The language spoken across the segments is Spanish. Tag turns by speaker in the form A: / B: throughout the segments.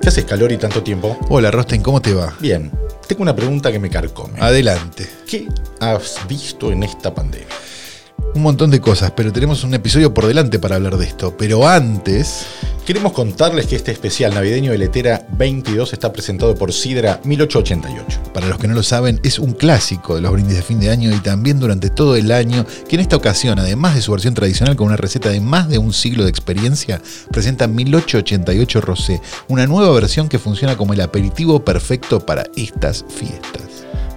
A: ¿Qué haces calor y tanto tiempo?
B: Hola, Rosten, ¿cómo te va?
A: Bien, tengo una pregunta que me carcome.
B: Adelante.
A: ¿Qué has visto en esta pandemia?
B: Un montón de cosas, pero tenemos un episodio por delante para hablar de esto. Pero antes,
A: Queremos contarles que este especial navideño de Letera 22 está presentado por Sidra 1888.
B: para los que no lo saben, es un clásico de los brindis de fin de año y también durante todo el año, que en esta ocasión, además de su versión tradicional con una receta de más de un siglo de experiencia, presenta 1888 Rosé, una nueva versión que funciona como el aperitivo perfecto para estas fiestas.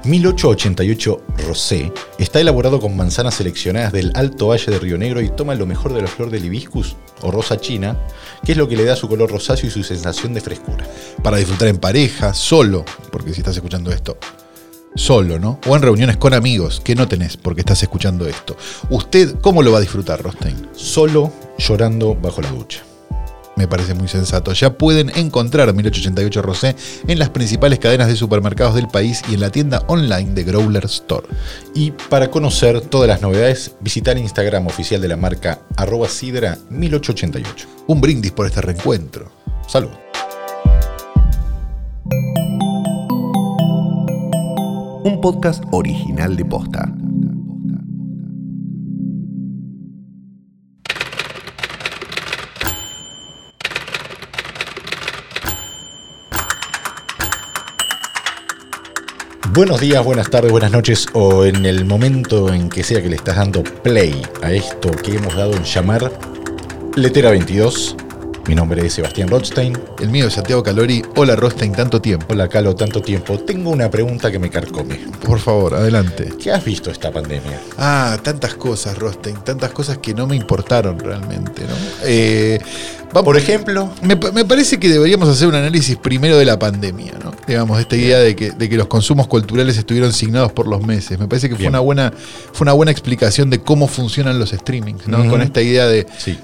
A: 1888 Rosé está elaborado con manzanas seleccionadas del Alto Valle de Río Negro y toma lo mejor de la flor del hibiscus o rosa china, que es lo que le da su color rosáceo y su sensación de frescura.
B: para disfrutar en pareja, solo, porque si estás escuchando esto, solo, ¿no? O en reuniones con amigos que no tenés porque estás escuchando esto. ¿Usted cómo lo va a disfrutar, Rostein?
A: Solo llorando bajo la ducha.
B: Me parece muy sensato. Ya pueden encontrar 1888 Rosé en las principales cadenas de supermercados del país y en la tienda online de Growler Store.
A: Y para conocer todas las novedades, visitar Instagram oficial de la marca arroba sidra 1888.
B: Un brindis por este reencuentro.
A: Salud.
C: Un podcast original de posta.
A: Buenos días, buenas tardes, buenas noches o en el momento en que sea que le estás dando play a esto que hemos dado en llamar Letera 22. Mi nombre es Sebastián Rothstein.
B: El mío es Santiago Calori. Hola Rostein, tanto tiempo.
A: Hola Calo, tanto tiempo. Tengo una pregunta que me carcome.
B: Por favor, adelante.
A: ¿Qué has visto esta pandemia?
B: Ah, tantas cosas, Rostein, tantas cosas que no me importaron realmente, ¿no? Eh, vamos-
A: Por ejemplo,
B: Me, pa- me parece que deberíamos hacer un análisis primero de la pandemia, ¿no? Digamos, esta idea de que, de que los consumos culturales estuvieron signados por los meses. Me parece que fue
A: Bien.
B: una, buena, fue una buena explicación de cómo funcionan los streamings, ¿no?
A: Ujú.
B: Con esta idea de.
A: sí,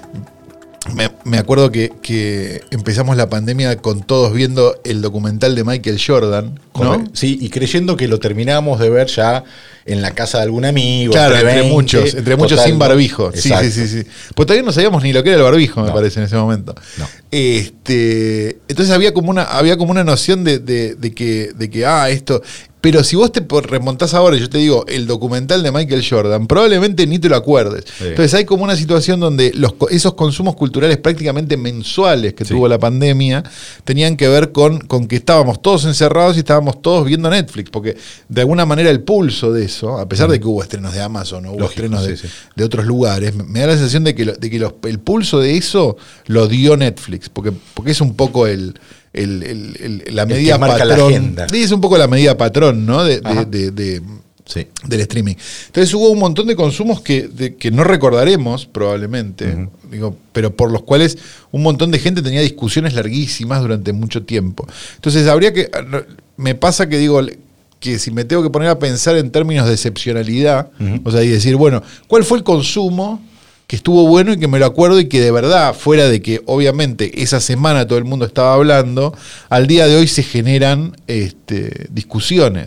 B: Me, me acuerdo que, que empezamos la pandemia con todos viendo el documental de Michael Jordan, ¿no?
A: corre- sí, y creyendo que lo terminábamos de ver ya en la casa de algún amigo.
B: Claro, entre
A: 20,
B: muchos, entre muchos
A: total,
B: sin
A: ¿no?
B: barbijo. Sí,
A: Exacto.
B: sí, sí, sí. Pues todavía no sabíamos ni lo que era el barbijo, me
A: No.
B: parece, en ese momento.
A: No.
B: Este, entonces había como una, había como una noción de, de- de que, de que, ah, esto. Pero si vos te por- remontás ahora, y yo te digo, el documental de Michael Jordan, probablemente ni te lo acuerdes.
A: Sí.
B: Entonces hay como una situación donde los, co- esos consumos culturales prácticamente mensuales que
A: Sí.
B: tuvo la pandemia tenían que ver con, con que estábamos todos encerrados y estábamos todos viendo Netflix, porque de alguna manera el pulso de eso, a pesar de que hubo estrenos de Amazon o hubo
A: Lógico,
B: estrenos de,
A: sí, sí.
B: de otros lugares, me- me da la sensación de que, lo- de que los- el pulso de eso lo dio Netflix, porque, porque es un poco el, el- el- el- la
A: que
B: medida
A: marca la
B: patrón.
A: agenda.
B: Sí, es un poco la medida patrón, ¿no? De- de-
A: Ajá.
B: de- de,
A: Sí.
B: del streaming. Entonces hubo un montón de consumos que, de- que no recordaremos probablemente, digo, pero por los cuales un montón de gente tenía discusiones larguísimas durante mucho tiempo. Entonces habría que, ah, me pasa que digo que si me tengo que poner a pensar en términos de excepcionalidad, o sea, y decir, bueno, ¿cuál fue el consumo? que estuvo bueno y que me lo acuerdo y que de verdad, fuera de que obviamente esa semana todo el mundo estaba hablando, al día de hoy se generan este, discusiones.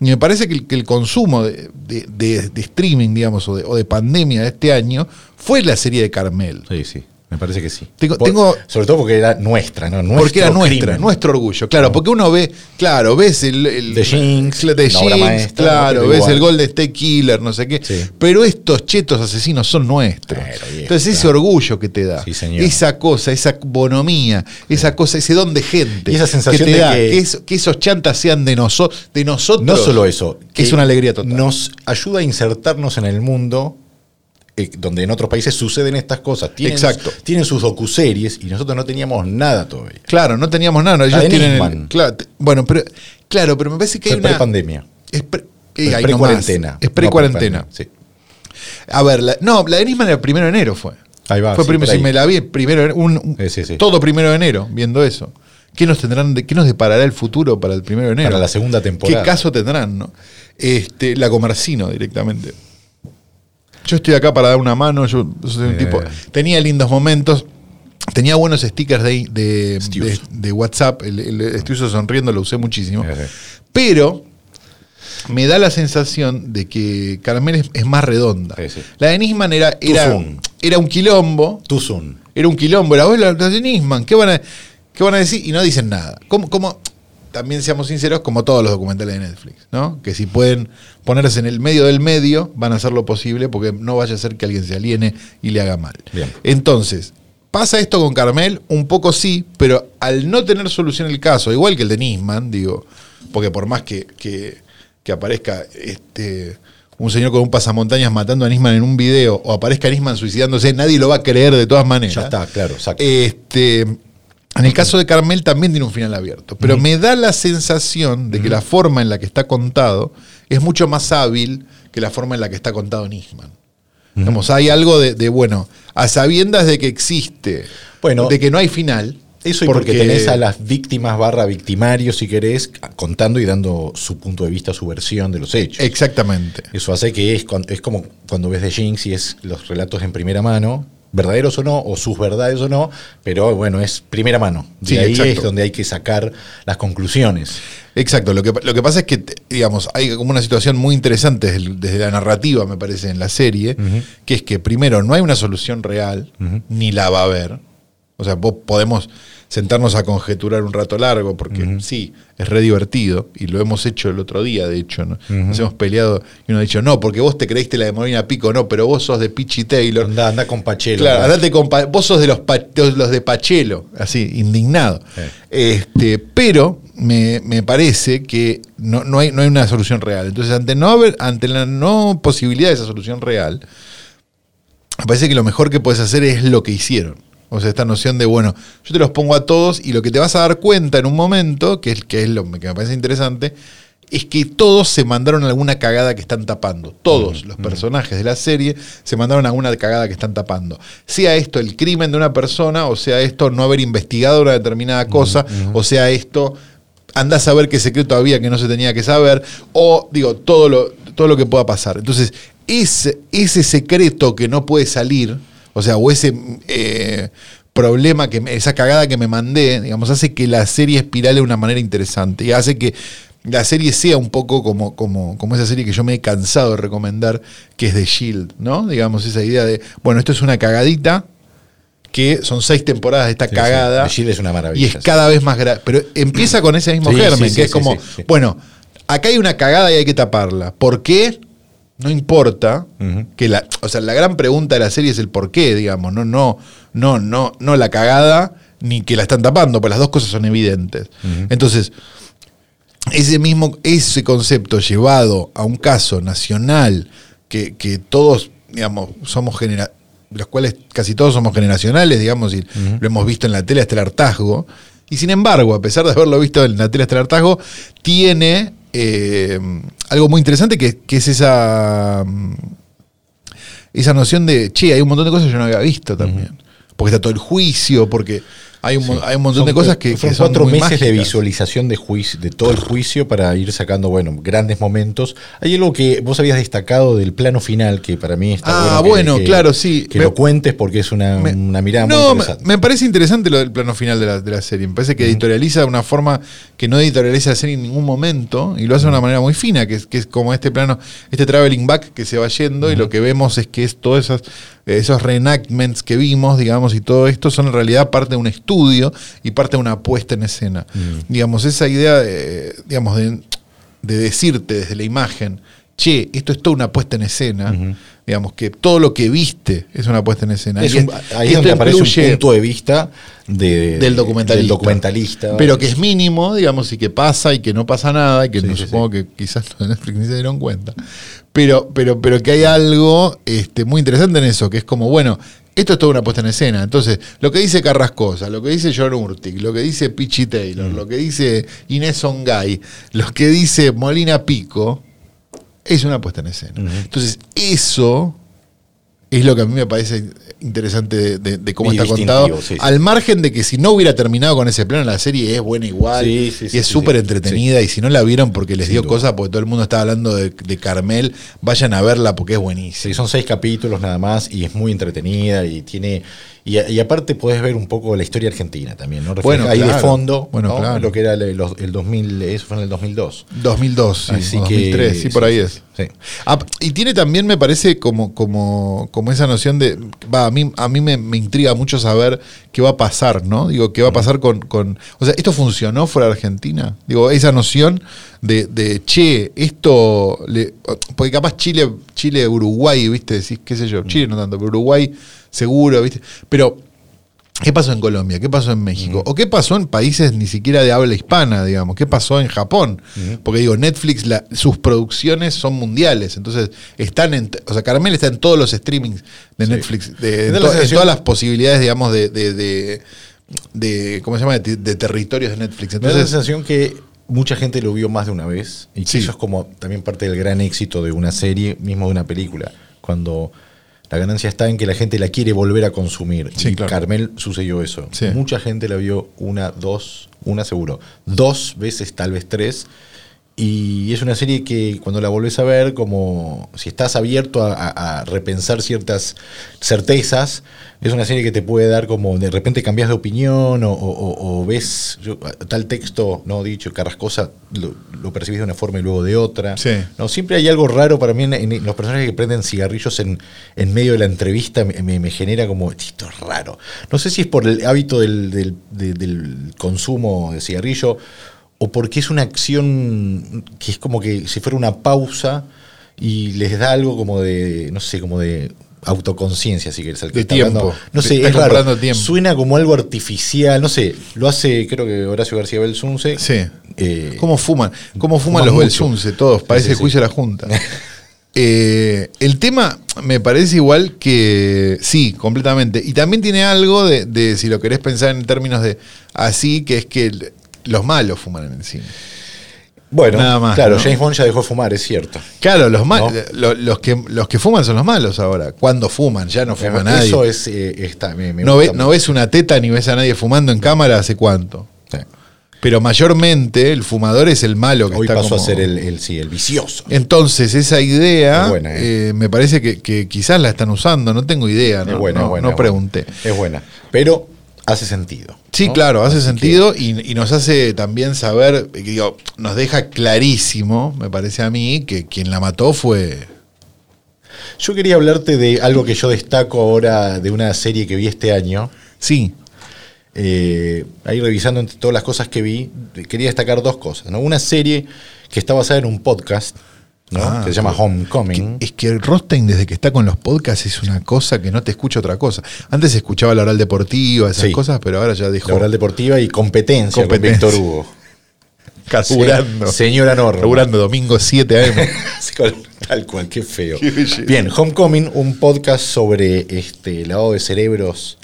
B: Y me parece que el, que el consumo de, de- de- de streaming, digamos, o de, o de pandemia de este año, fue la serie de Carmel.
A: Sí, sí. Me parece que sí.
B: Tengo- tengo-
A: Sobre todo porque era nuestra, ¿no? Nuestro
B: Porque era nuestra,
A: crimen.
B: nuestro orgullo. Claro, porque uno ve, claro, ves el. el
A: The Jinx,
B: The
A: la obra
B: Jinx,
A: maestra,
B: claro,
A: ¿no?
B: ves
A: Igual.
B: el gol de State Killer, no sé qué.
A: Sí.
B: Pero estos chetos asesinos son nuestros.
A: Claro, viejo,
B: Entonces, ese
A: claro.
B: orgullo que te da,
A: Sí, señor.
B: esa cosa, esa bonomía, esa cosa, ese don de gente
A: Y esa sensación
B: que te
A: de
B: da,
A: que-
B: que, es- que esos chantas sean de, noso- de nosotros.
A: No solo eso.
B: que es una alegría total.
A: Nos ayuda a insertarnos en el mundo eh, donde en otros países suceden estas cosas. Tienen,
B: Exacto.
A: Tienen sus docuseries y nosotros no teníamos nada todavía.
B: Claro, no teníamos nada. Ellos
A: de
B: tienen. el-
A: Nisman.
B: claro, te- bueno, pero claro, pero me parece que
A: Fue
B: hay una
A: pre-pandemia.
B: es pre- eh,
A: Fue
B: ahí
A: Pre-cuarentena.
B: nomás. Es pre-cuarentena.
A: No, pues, pre-pandemia, sí.
B: A ver, la- no, la de Nisman era el primero de enero fue.
A: Ahí va,
B: Fue
A: sí,
B: primero,
A: por ahí.
B: si me la vi primero, de enero, un- un-
A: Sí, sí, sí.
B: todo primero de enero viendo eso. ¿Qué nos tendrán, de- qué nos deparará el futuro para el primero de enero?
A: Para la segunda temporada.
B: ¿Qué caso tendrán, no? Este, la Comarcino directamente. Yo estoy acá para dar una mano, yo soy un
A: Eh.
B: tipo. Tenía lindos momentos. Tenía buenos stickers de, de- de-
A: Stiuso.
B: de WhatsApp. El, el Stiuso sonriendo lo usé muchísimo.
A: Eh, eh.
B: Pero me da la sensación de que Carmel es, es más redonda.
A: Sí, sí.
B: La de Nisman era, era,
A: Tufun.
B: era un quilombo.
A: Tuzun.
B: Era un quilombo. Era vos la, la de Nisman. ¿Qué van a.? ¿Qué van a decir? Y no dicen nada. Como, como, también seamos sinceros, como todos los documentales de Netflix, ¿no? Que si pueden ponerse en el medio del medio, van a hacer lo posible porque no vaya a ser que alguien se aliene y le haga mal.
A: Bien.
B: Entonces, ¿pasa esto con Carmel? Un poco sí, pero al no tener solución el caso, igual que el de Nisman, digo, porque por más que, que- que aparezca este. Un señor con un pasamontañas matando a Nisman en un video o aparezca Nisman suicidándose, nadie lo va a creer de todas maneras.
A: Ya está, claro, exacto.
B: Este, en el caso de Carmel también tiene un final abierto, pero me da la sensación de que la forma en la que está contado es mucho más hábil que la forma en la que está contado Nisman. Digamos, hay algo de, de, bueno, a sabiendas de que existe,
A: Bueno,
B: de que no hay final.
A: Eso y porque, tenés a las víctimas barra victimarios, si querés, contando y dando su punto de vista, su versión de los hechos.
B: Exactamente.
A: Eso hace que es, cuan- es como cuando ves de Jinx y es los relatos en primera mano, verdaderos o no, o sus verdades o no, pero bueno, es primera mano. De
B: Sí,
A: ahí
B: exacto.
A: es donde hay que sacar las conclusiones.
B: Exacto, lo que, lo que pasa es que, te- digamos, hay como una situación muy interesante desde, el- desde la narrativa, me parece, en la serie, que es que primero no hay una solución real, ni la va a haber. O sea, vos podemos sentarnos a conjeturar un rato largo, porque sí, es re divertido, y lo hemos hecho el otro día, de hecho, ¿no? nos hemos peleado y uno ha dicho, no, porque vos te creíste la de Molina Pico, no, pero vos sos de Pichi Taylor.
A: Anda, anda con Pachelo.
B: Claro, andate con pa- vos sos de los, pa- de los de Pachelo, así, indignado.
A: Sí.
B: Este, pero me, me parece que no, no hay, no hay una solución real. Entonces, ante, no haber- ante la no posibilidad de esa solución real, me parece que lo mejor que puedes hacer es lo que hicieron. O sea, esta noción de, bueno, yo te los pongo a todos y lo que te vas a dar cuenta en un momento, que es, que es lo que me parece interesante, es que todos se mandaron alguna cagada que están tapando. Todos los personajes de la serie se mandaron alguna cagada que están tapando. Sea esto el crimen de una persona, o sea esto no haber investigado una determinada cosa, o sea esto andá a saber qué secreto había que no se tenía que saber, o digo, todo lo, todo lo que pueda pasar. Entonces, ese, ese secreto que no puede salir, o sea, o ese eh, problema, que me- esa cagada que me mandé, digamos, hace que la serie espirale de una manera interesante y hace que la serie sea un poco como, como, como esa serie que yo me he cansado de recomendar, que es The Shield, ¿no? Digamos, esa idea de, bueno, esto es una cagadita, que son seis temporadas de esta
A: Sí, sí.
B: cagada.
A: The Shield es una maravilla,
B: Y es
A: sí.
B: cada vez más grave. Pero empieza con ese mismo
A: Sí,
B: germen,
A: sí, sí,
B: que es
A: sí,
B: como,
A: sí, sí.
B: bueno, acá hay una cagada y hay que taparla. ¿Por qué? No importa.
A: Ujú.
B: que la, o sea, la gran pregunta de la serie es el por qué, digamos. No, no, no, no, no la cagada ni que la están tapando, pues las dos cosas son evidentes. Entonces, ese mismo, ese concepto llevado a un caso nacional que, que todos, digamos, somos genera de los cuales casi todos somos generacionales, digamos, y lo hemos visto en la tele hasta el hartazgo. Y sin embargo, a pesar de haberlo visto en la tele hasta el hartazgo, tiene eh, algo muy interesante que, que es esa mm, esa noción de, che, hay un montón de cosas que yo no había visto también. Porque está todo el juicio, porque hay un, mo- hay un montón
A: Son-
B: de cosas que,
A: fueron
B: que son
A: cuatro
B: muy
A: meses de
B: mágicas.
A: visualización de juicio, de todo el juicio para ir sacando, bueno, grandes momentos. Hay algo que vos habías destacado del plano final que para mí está
B: Ah,
A: que-
B: bueno,
A: que-
B: claro, sí.
A: Que
B: Me-
A: lo cuentes porque es una,
B: Me-
A: una mirada
B: no,
A: muy
B: me,
A: interesante.
B: me parece interesante lo del plano final de la, de la serie. Me parece que editorializa de una forma que no editorializa la serie en ningún momento y lo hace de una manera muy fina, que es, que es como este plano, este traveling back que se va yendo y lo que vemos es que es todos esos, esos reenactments que vimos, digamos, y todo esto son en realidad parte de un estudio y parte de una puesta en escena. Digamos, esa idea, de, digamos, de, de decirte desde la imagen, che, esto es toda una puesta en escena. Digamos que todo lo que viste es una puesta en escena.
A: Es
B: Y
A: un-
B: es-
A: ahí
B: y
A: es donde
B: esto
A: aparece
B: incluye-
A: un punto de vista de-
B: del documentalista.
A: del documentalista.
B: Pero que es mínimo, digamos, y que pasa y que no pasa nada, y que
A: Sí,
B: no-
A: sí,
B: supongo que quizás los de Netflix ni se dieron cuenta. Pero, pero, pero que hay algo este, muy interesante en eso, que es como, bueno, esto es toda una puesta en escena. Entonces, lo que dice Carrascosa, lo que dice John Urtic, lo que dice Pichi Taylor,
A: Mm.
B: lo que dice Inés Ongay, lo que dice Molina Pico, es una puesta en escena. Entonces, eso es lo que a mí me parece interesante de, de- de cómo
A: Y
B: está
A: distintivo,
B: contado.
A: sí, sí.
B: Al margen de que si no hubiera terminado con ese plano, la serie es buena igual
A: Sí, sí,
B: y
A: sí,
B: es
A: sí,
B: súper
A: sí.
B: entretenida. Y si no la vieron porque les
A: Sin
B: dio
A: duda.
B: cosas, porque todo el mundo estaba hablando de, de Carmel, vayan a verla porque es
A: Sí,
B: buenísima.
A: son seis capítulos nada más y es muy entretenida y tiene. Y, a- y aparte podés ver un poco la historia argentina también, ¿no? Refleja
B: Bueno,
A: ahí de
B: claro.
A: fondo,
B: Bueno,
A: ¿no?
B: claro.
A: lo que era el, los- el 2000, eso fue en el 2002.
B: 2002, sí,
A: Así
B: o
A: que-
B: 2003, sí, por ahí
A: sí,
B: es.
A: sí, Sí.
B: Ah, y tiene también, me parece, como, como, como esa noción de. Va, a mí, a mí me, me intriga mucho saber qué va a pasar, ¿no? Digo, qué va a pasar con. con o sea, ¿esto funcionó fuera de Argentina? Digo, esa noción de, de, che, esto. le- porque capaz Chile, Chile, Uruguay, ¿viste? Decís, qué sé
A: Mm.
B: yo, Chile no tanto, pero Uruguay seguro, ¿viste? Pero. ¿Qué pasó en Colombia? ¿Qué pasó en México? ¿O qué pasó en países ni siquiera de habla hispana, digamos? ¿Qué pasó en Japón? Porque digo, Netflix, la- sus producciones son mundiales. Entonces, están en. O sea, Carmel está en todos los streamings de Netflix. de-
A: Me da
B: en,
A: la
B: to- en
A: sensación-
B: todas las posibilidades, digamos, de. de- de- de- ¿Cómo se llama? De, de territorios de Netflix.
A: Me da la
B: Entonces,
A: sensación que mucha gente lo vio más de una vez y que
B: Sí.
A: eso es como también parte del gran éxito de una serie, mismo de una película, cuando la ganancia está en que la gente la quiere volver a consumir.
B: Sí,
A: y
B: claro.
A: Carmel sucedió eso.
B: Sí.
A: Mucha gente la vio una, dos, una seguro, dos veces, tal vez tres. Y es una serie que cuando la volvés a ver, como si estás abierto a, a- a repensar ciertas certezas, es una serie que te puede dar como de repente cambias de opinión o, o- o- o ves yo, tal texto no dicho, carrascosa, lo, lo percibís de una forma y luego de otra.
B: Sí.
A: No, siempre hay algo raro para mí en, en los personajes que prenden cigarrillos en, en medio de la entrevista, me, me- me genera como, esto es raro. No sé si es por el hábito del, del- de- del consumo de cigarrillo o porque es una acción que es como que si fuera una pausa y les da algo como de, no sé, como de autoconciencia, si querés. al que
B: De
A: está
B: tiempo.
A: hablando. No
B: Te
A: sé,
B: está
A: es raro.
B: comprando tiempo.
A: Suena como algo artificial, no sé. Lo hace, creo que Horacio García Belsunce.
B: Sí.
A: Eh,
B: ¿Cómo fuman? ¿Cómo fuman
A: fuman
B: los
A: mucho.
B: Belsunce todos?
A: Sí,
B: Parece
A: sí,
B: el
A: sí.
B: juicio de la Junta. Eh, el tema me parece igual que sí, completamente. Y también tiene algo de, de, si lo querés pensar en términos de así, que es que el- los malos fuman en el cine.
A: Bueno,
B: Nada más,
A: claro,
B: ¿no?
A: James Bond ya dejó de fumar, es cierto.
B: Claro, los, ma-
A: No.
B: lo- los, que, los que fuman son los malos ahora. Cuando fuman, ya no fuma nadie.
A: Eso es, eh, está, me, me
B: no, ve-
A: gusta
B: no
A: mucho.
B: ves una teta ni ves a nadie fumando en cámara hace cuánto.
A: Sí.
B: Pero mayormente el fumador es el malo que
A: Hoy
B: está
A: pasó
B: como-
A: a ser el, el, sí, el vicioso.
B: Entonces, esa idea
A: Es buena, ¿eh?
B: eh, me parece que, que quizás la están usando, no tengo idea, no,
A: es buena,
B: no-
A: es buena.
B: no
A: es buena.
B: pregunté.
A: Es buena. Pero hace sentido.
B: Sí,
A: ¿no?
B: claro, hace sentido y, y nos hace también saber, eh, que digo, nos deja clarísimo, me parece a mí, que quien la mató fue...
A: Yo quería hablarte de algo que yo destaco ahora de una serie que vi este año.
B: Sí,
A: Eh, ahí revisando entre todas las cosas que vi, quería destacar dos cosas. ¿no? Una serie que está basada en un podcast ¿no?
B: Ah,
A: que se llama Homecoming.
B: es que Rostein desde que está con los podcasts es una cosa que no te escucha otra cosa. Antes escuchaba la oral deportiva, esas
A: Sí.
B: cosas, pero ahora ya
A: la
B: dejó
A: oral deportiva y competencia,
B: Competencia.
A: con Víctor Hugo.
B: carburando,
A: Señora Norma.
B: carburando domingo 7 a.m.
A: Sí, con- Tal cual, qué feo.
B: Qué belleza.
A: Bien, Homecoming, un podcast sobre este lavado de cerebros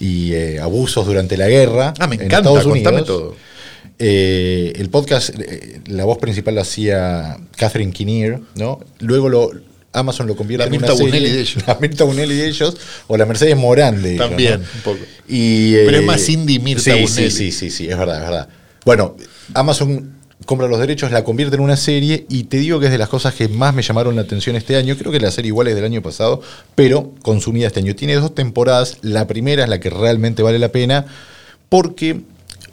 A: y eh, abusos durante la guerra.
B: ah, me
A: en
B: encanta,
A: Estados
B: contame
A: Unidos.
B: todo.
A: Eh, el podcast, eh, la voz principal la hacía Catherine Kinnear, ¿no? Luego lo, Amazon lo convierte
B: La
A: en una
B: Mirta
A: serie.
B: Busnelli de ellos.
A: La Mirta Busnelli de ellos, o la Mercedes Morán de ellos,
B: También,
A: ¿no?
B: un poco.
A: Y, eh,
B: Pero es más indie Mirta
A: sí,
B: Busnelli.
A: Sí, sí, sí, sí, es verdad, es verdad. Bueno, Amazon compra los derechos, la convierte en una serie y te digo que es de las cosas que más me llamaron la atención este año. Creo que la serie igual es del año pasado, pero consumida este año. Tiene dos temporadas, la primera es la que realmente vale la pena porque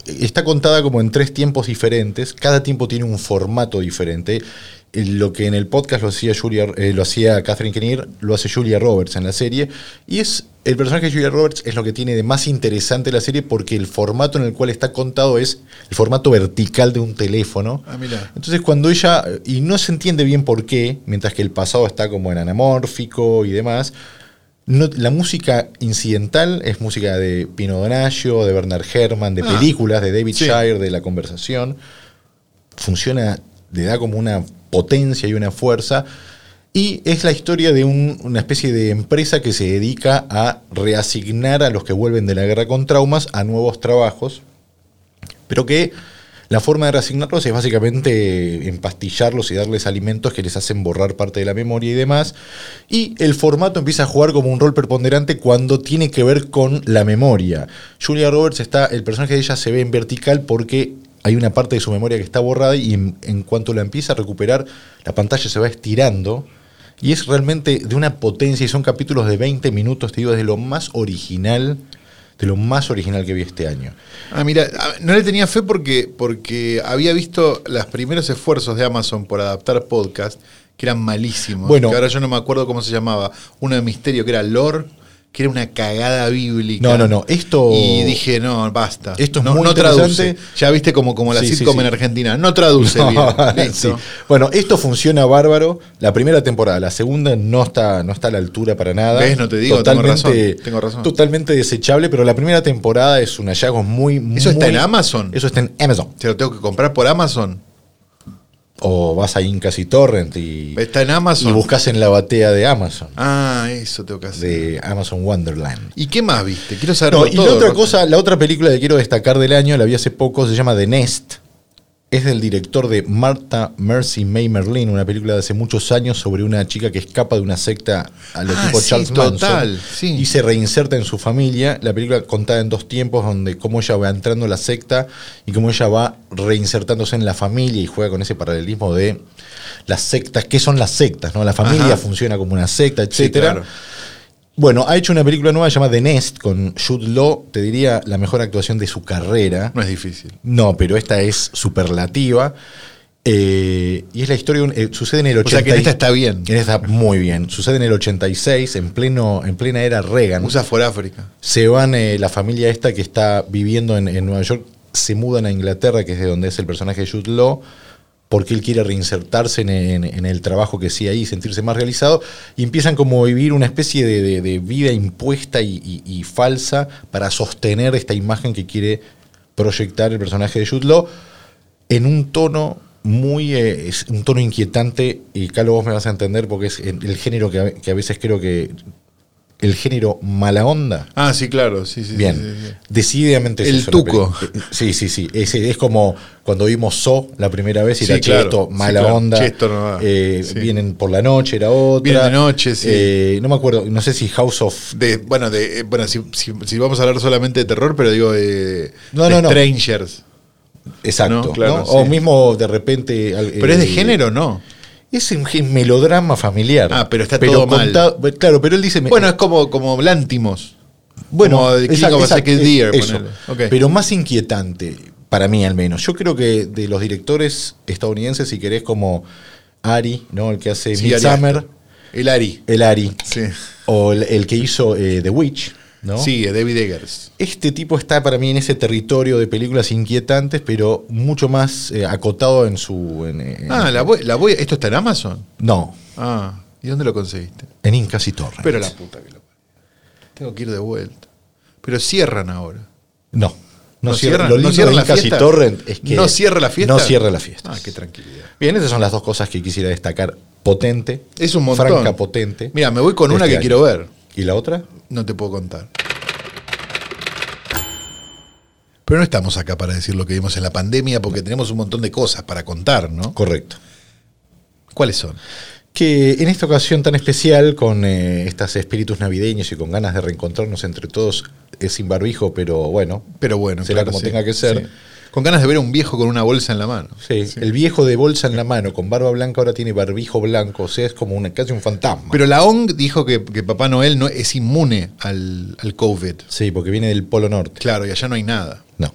A: está contada como en tres tiempos diferentes, cada tiempo tiene un formato diferente. Eh, Lo que en el podcast lo hacía, Julia, eh, lo hacía Catherine Kinnear, lo hace Julia Roberts en la serie. Y es el personaje de Julia Roberts es lo que tiene de más interesante la serie porque el formato en el cual está contado es el formato vertical de un teléfono.
B: Ah, mirá.
A: Entonces cuando ella, eh, y no se entiende bien por qué, mientras que el pasado está como en anamórfico y demás, no- la música incidental es música de Pino Donaggio, de Bernard Herrmann, de
B: Ah,
A: películas, de David
B: sí.
A: Shire, de La Conversación. Funciona, le da como una potencia y una fuerza. Y es la historia de un- una especie de empresa que se dedica a reasignar a los que vuelven de la guerra con traumas a nuevos trabajos pero que la forma de reasignarlos es básicamente empastillarlos y darles alimentos que les hacen borrar parte de la memoria y demás. Y el formato empieza a jugar como un rol preponderante cuando tiene que ver con la memoria. Julia Roberts está, el personaje de ella se ve en vertical porque hay una parte de su memoria que está borrada y en, en cuanto la empieza a recuperar, la pantalla se va estirando. Y es realmente de una potencia y son capítulos de 20 minutos, te digo, desde lo más original de lo más original que vi este año.
B: Ah, mira, ah, no le tenía fe porque, porque había visto los primeros esfuerzos de Amazon por adaptar podcast, que eran malísimos.
A: Bueno.
B: que ahora yo no me acuerdo cómo se llamaba. Uno de misterio que era Lore, que era una cagada bíblica.
A: No, no, no, esto-
B: Y dije, no, basta.
A: Esto es
B: no,
A: muy
B: no traduce.
A: interesante.
B: Ya viste como, como la
A: Sí, sí,
B: sitcom
A: sí.
B: en Argentina. No traduce bien.
A: Sí.
B: Listo.
A: Bueno, esto funciona bárbaro. La primera temporada, la segunda no está, no está a la altura para nada.
B: ¿Ves? No te digo, tengo razón, tengo razón.
A: Totalmente desechable, pero la primera temporada es un hallazgo muy, muy.
B: ¿Eso está en Amazon?
A: Eso está en Amazon.
B: ¿Te lo tengo que comprar por Amazon?
A: O vas a Incas y Torrent y,
B: Está en
A: y
B: Amazon.
A: buscas en la batea de Amazon,
B: Ah, eso tengo que hacer.
A: de Amazon Wonderland.
B: ¿Y qué más viste? Quiero saber
A: No, y la otra cosa, la otra película que quiero destacar del año, la vi hace poco, se llama The Nest. Es del director de Martha Mercy May Merlin, una película de hace muchos años sobre una chica que escapa de una secta a lo
B: Ah,
A: tipo
B: sí,
A: Charles
B: total,
A: Manson
B: sí.
A: y se reinserta en su familia. La película contada en dos tiempos, donde cómo ella va entrando a la secta y cómo ella va reinsertándose en la familia y juega con ese paralelismo de las sectas, qué son las sectas, ¿no? La familia
B: Ajá.
A: funciona como una secta,
B: Sí,
A: etcétera.
B: claro.
A: Bueno, ha hecho una película nueva llamada The Nest con Jude Law, te diría la mejor actuación de su carrera.
B: No es difícil.
A: No, pero esta es superlativa. Eh, y es la historia, de un- eh, sucede en el
B: O
A: 86.
B: sea que en esta está bien.
A: En esta muy bien. Sucede en el 86, en, pleno, en plena era Reagan.
B: Usa for África.
A: se van eh, la familia esta que está viviendo en, en Nueva York, se mudan a Inglaterra, que es de donde es el personaje de Jude Law, porque él quiere reinsertarse en, en- en el trabajo que hacía ahí, sentirse más realizado, y empiezan como a vivir una especie de, de- de vida impuesta y, y- y falsa para sostener esta imagen que quiere proyectar el personaje de Jude Law en un tono muy, eh, es un tono inquietante, y Carlos vos me vas a entender porque es el, el género que a- que a veces creo que, el género mala onda.
B: Ah, sí, claro. Sí, sí, sí,
A: Bien,
B: sí, sí.
A: decididamente es
B: El
A: eso, la
B: tuco.
A: peli- Sí, sí, sí. Es, es como cuando vimos So la primera vez y
B: Sí,
A: era
B: claro.
A: Chesto,
B: Sí,
A: mala
B: claro.
A: onda.
B: Che, esto no va.
A: eh,
B: Sí.
A: Vienen por la noche, era otra.
B: Vienen de noche, sí.
A: Eh, no me acuerdo, no sé si House of.
B: De- bueno, de, eh, bueno si, si- si vamos a hablar solamente de terror, pero digo de,
A: No,
B: de
A: no, no.
B: Strangers.
A: Exacto.
B: No, claro,
A: ¿no? O
B: sí.
A: mismo de repente. al-
B: Pero es de
A: eh,
B: género, ¿no?
A: Es un gen- melodrama familiar.
B: Ah, pero está todo mal.
A: mal. Claro, pero él dice. me-
B: Bueno, es como, como Lántimos. como de King
A: exacto,
B: of a
A: exacto,
B: Sacred
A: es-
B: Deer,
A: eso.
B: ponele. Ok.
A: Pero más inquietante, para mí al menos. Yo creo que de los directores estadounidenses, si querés, como Ari, ¿no? El que hace
B: Sí,
A: Midsummer,
B: Ari El Ari.
A: el Ari.
B: Sí.
A: O el, el que hizo eh, The Witch, ¿no?
B: Sí, David Eggers.
A: Este tipo está para mí en ese territorio de películas inquietantes, pero mucho más eh, acotado en su. en, eh,
B: Ah, la voy, la voy- ¿esto está en Amazon?
A: No,
B: Ah, ¿y dónde lo conseguiste?
A: en Incas y Torres.
B: Pero la puta que lo parió. Tengo que ir de vuelta. Pero cierran ahora.
A: No. No,
B: ¿No
A: cierra,
B: cierran-
A: lo
B: no
A: lindo
B: cierran
A: de
B: la
A: Incas y
B: fiesta?
A: Torrent es que
B: ¿No cierra la fiesta?
A: No cierra la fiesta.
B: Ah, qué tranquilidad.
A: Bien, esas son las dos cosas que quisiera destacar. Potente.
B: Es un montón.
A: Franca potente.
B: Mira, me voy con
A: de
B: una
A: este
B: que
A: año.
B: quiero ver.
A: ¿Y la otra?
B: No te puedo contar. Pero no estamos acá para decir lo que vimos en la pandemia porque tenemos un montón de cosas para contar, ¿no?
A: Correcto.
B: ¿Cuáles son?
A: Que en esta ocasión tan especial, con eh, estos espíritus navideños y con ganas de reencontrarnos entre todos, es sin barbijo, pero bueno.
B: Pero bueno,
A: Será como tenga que ser.
B: Con ganas de ver a un viejo con una bolsa en la mano.
A: Sí, El viejo de bolsa en la mano, con barba blanca, ahora tiene barbijo blanco, o sea, es como una, casi un fantasma.
B: Pero la ONG dijo que, que Papá Noel no es inmune al, al COVID.
A: sí, porque viene del Polo Norte.
B: Claro, y allá no hay nada.
A: No.